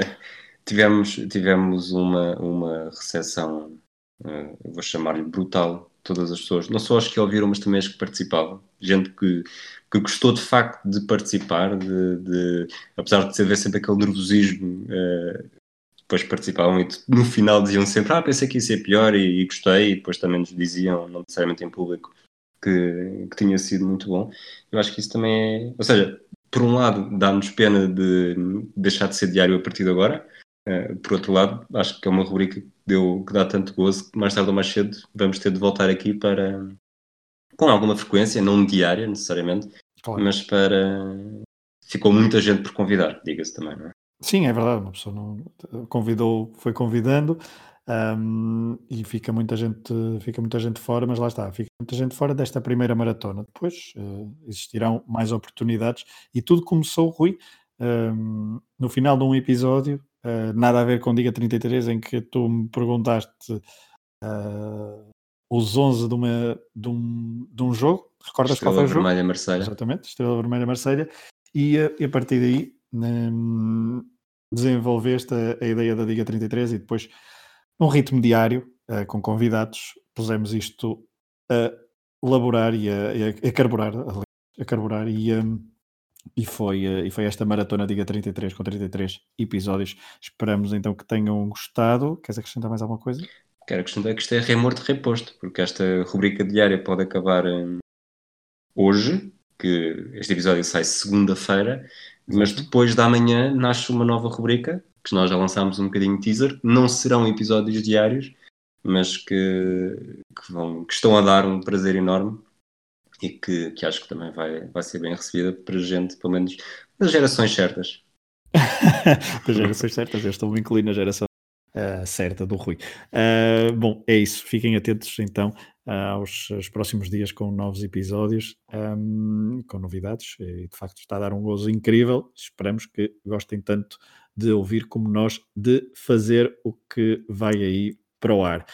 Speaker 2: tivemos tivemos uma, uma recessão, eh, eu vou chamar-lhe brutal, todas as pessoas, não só as que ouviram, mas também as que participavam. Gente que, que gostou de facto de participar, de, de- apesar de haver sempre aquele nervosismo. eh, depois participavam e no final diziam sempre ah, pensei que ia ser pior e, e gostei e depois também nos diziam, não necessariamente em público que, que tinha sido muito bom. Eu acho que isso também é. Ou seja, por um lado, dá-nos pena de deixar de ser diário a partir de agora, eh, por outro lado, acho que é uma rubrica que, deu, que dá tanto gozo que mais tarde ou mais cedo vamos ter de voltar aqui para. com alguma frequência, não diária necessariamente,
Speaker 1: Claro.
Speaker 2: mas para. Ficou muita gente por convidar, diga-se também, não é?
Speaker 1: Sim, é verdade, uma pessoa não convidou, foi convidando hum, e fica muita gente, fica muita gente fora, mas lá está, fica muita gente fora desta primeira maratona. Depois eh, existirão mais oportunidades e tudo começou, Rui, hum, no final de um episódio, eh, nada a ver com Diga 33, em que tu me perguntaste ah, os 11 de, uma, de, um, de um jogo, recordas qual foi
Speaker 2: Estrela
Speaker 1: o jogo?
Speaker 2: Vermelha Marselha.
Speaker 1: Exatamente, Estrela Vermelha Marselha e, eh, e a partir daí hum, desenvolveste a, a ideia da Diga 33 e depois num ritmo diário eh, com convidados pusemos isto a laborar e a, e a- a carburar aliás, a carburar e, hum, e foi, eh, e foi esta maratona Diga 33 com 33 episódios esperamos então que tenham gostado queres acrescentar mais alguma coisa?
Speaker 2: Quero acrescentar que isto é remorte reposto, porque esta rubrica diária pode acabar hum, hoje, que este episódio sai segunda-feira, mas depois da manhã nasce uma nova rubrica, que nós já lançámos um bocadinho de teaser, não serão episódios diários, mas que, que vão, que estão a dar um prazer enorme e que, que acho que também vai, vai ser bem recebida para gente, pelo menos das gerações certas.
Speaker 1: <laughs> das gerações certas, eu estou-me incluindo na geração ah, certa do Rui. Ah, bom, é isso. Fiquem atentos então aos, aos próximos dias com novos episódios, ahm, com novidades. E de facto está a dar um gozo incrível. Esperamos que gostem tanto de ouvir como nós de fazer o que vai aí para o ar.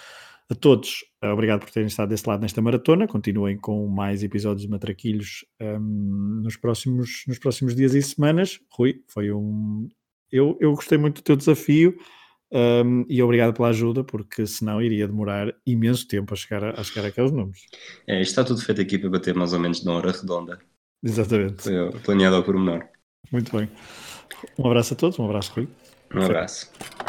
Speaker 1: A todos, ah, obrigado por terem estado desse lado nesta maratona. Continuem com mais episódios de Matraquilhos ahm, nos, próximos, nos próximos dias e semanas. Rui, foi um, eu, eu gostei muito do teu desafio hum, e obrigado pela ajuda, porque senão iria demorar imenso tempo a chegar, a, a chegar àqueles números.
Speaker 2: É, isto está tudo feito aqui para bater mais ou menos de uma hora redonda.
Speaker 1: Exatamente.
Speaker 2: Foi planeado ao pormenor.
Speaker 1: Muito bem. Um abraço a todos, um abraço, Rui.
Speaker 2: Um abraço.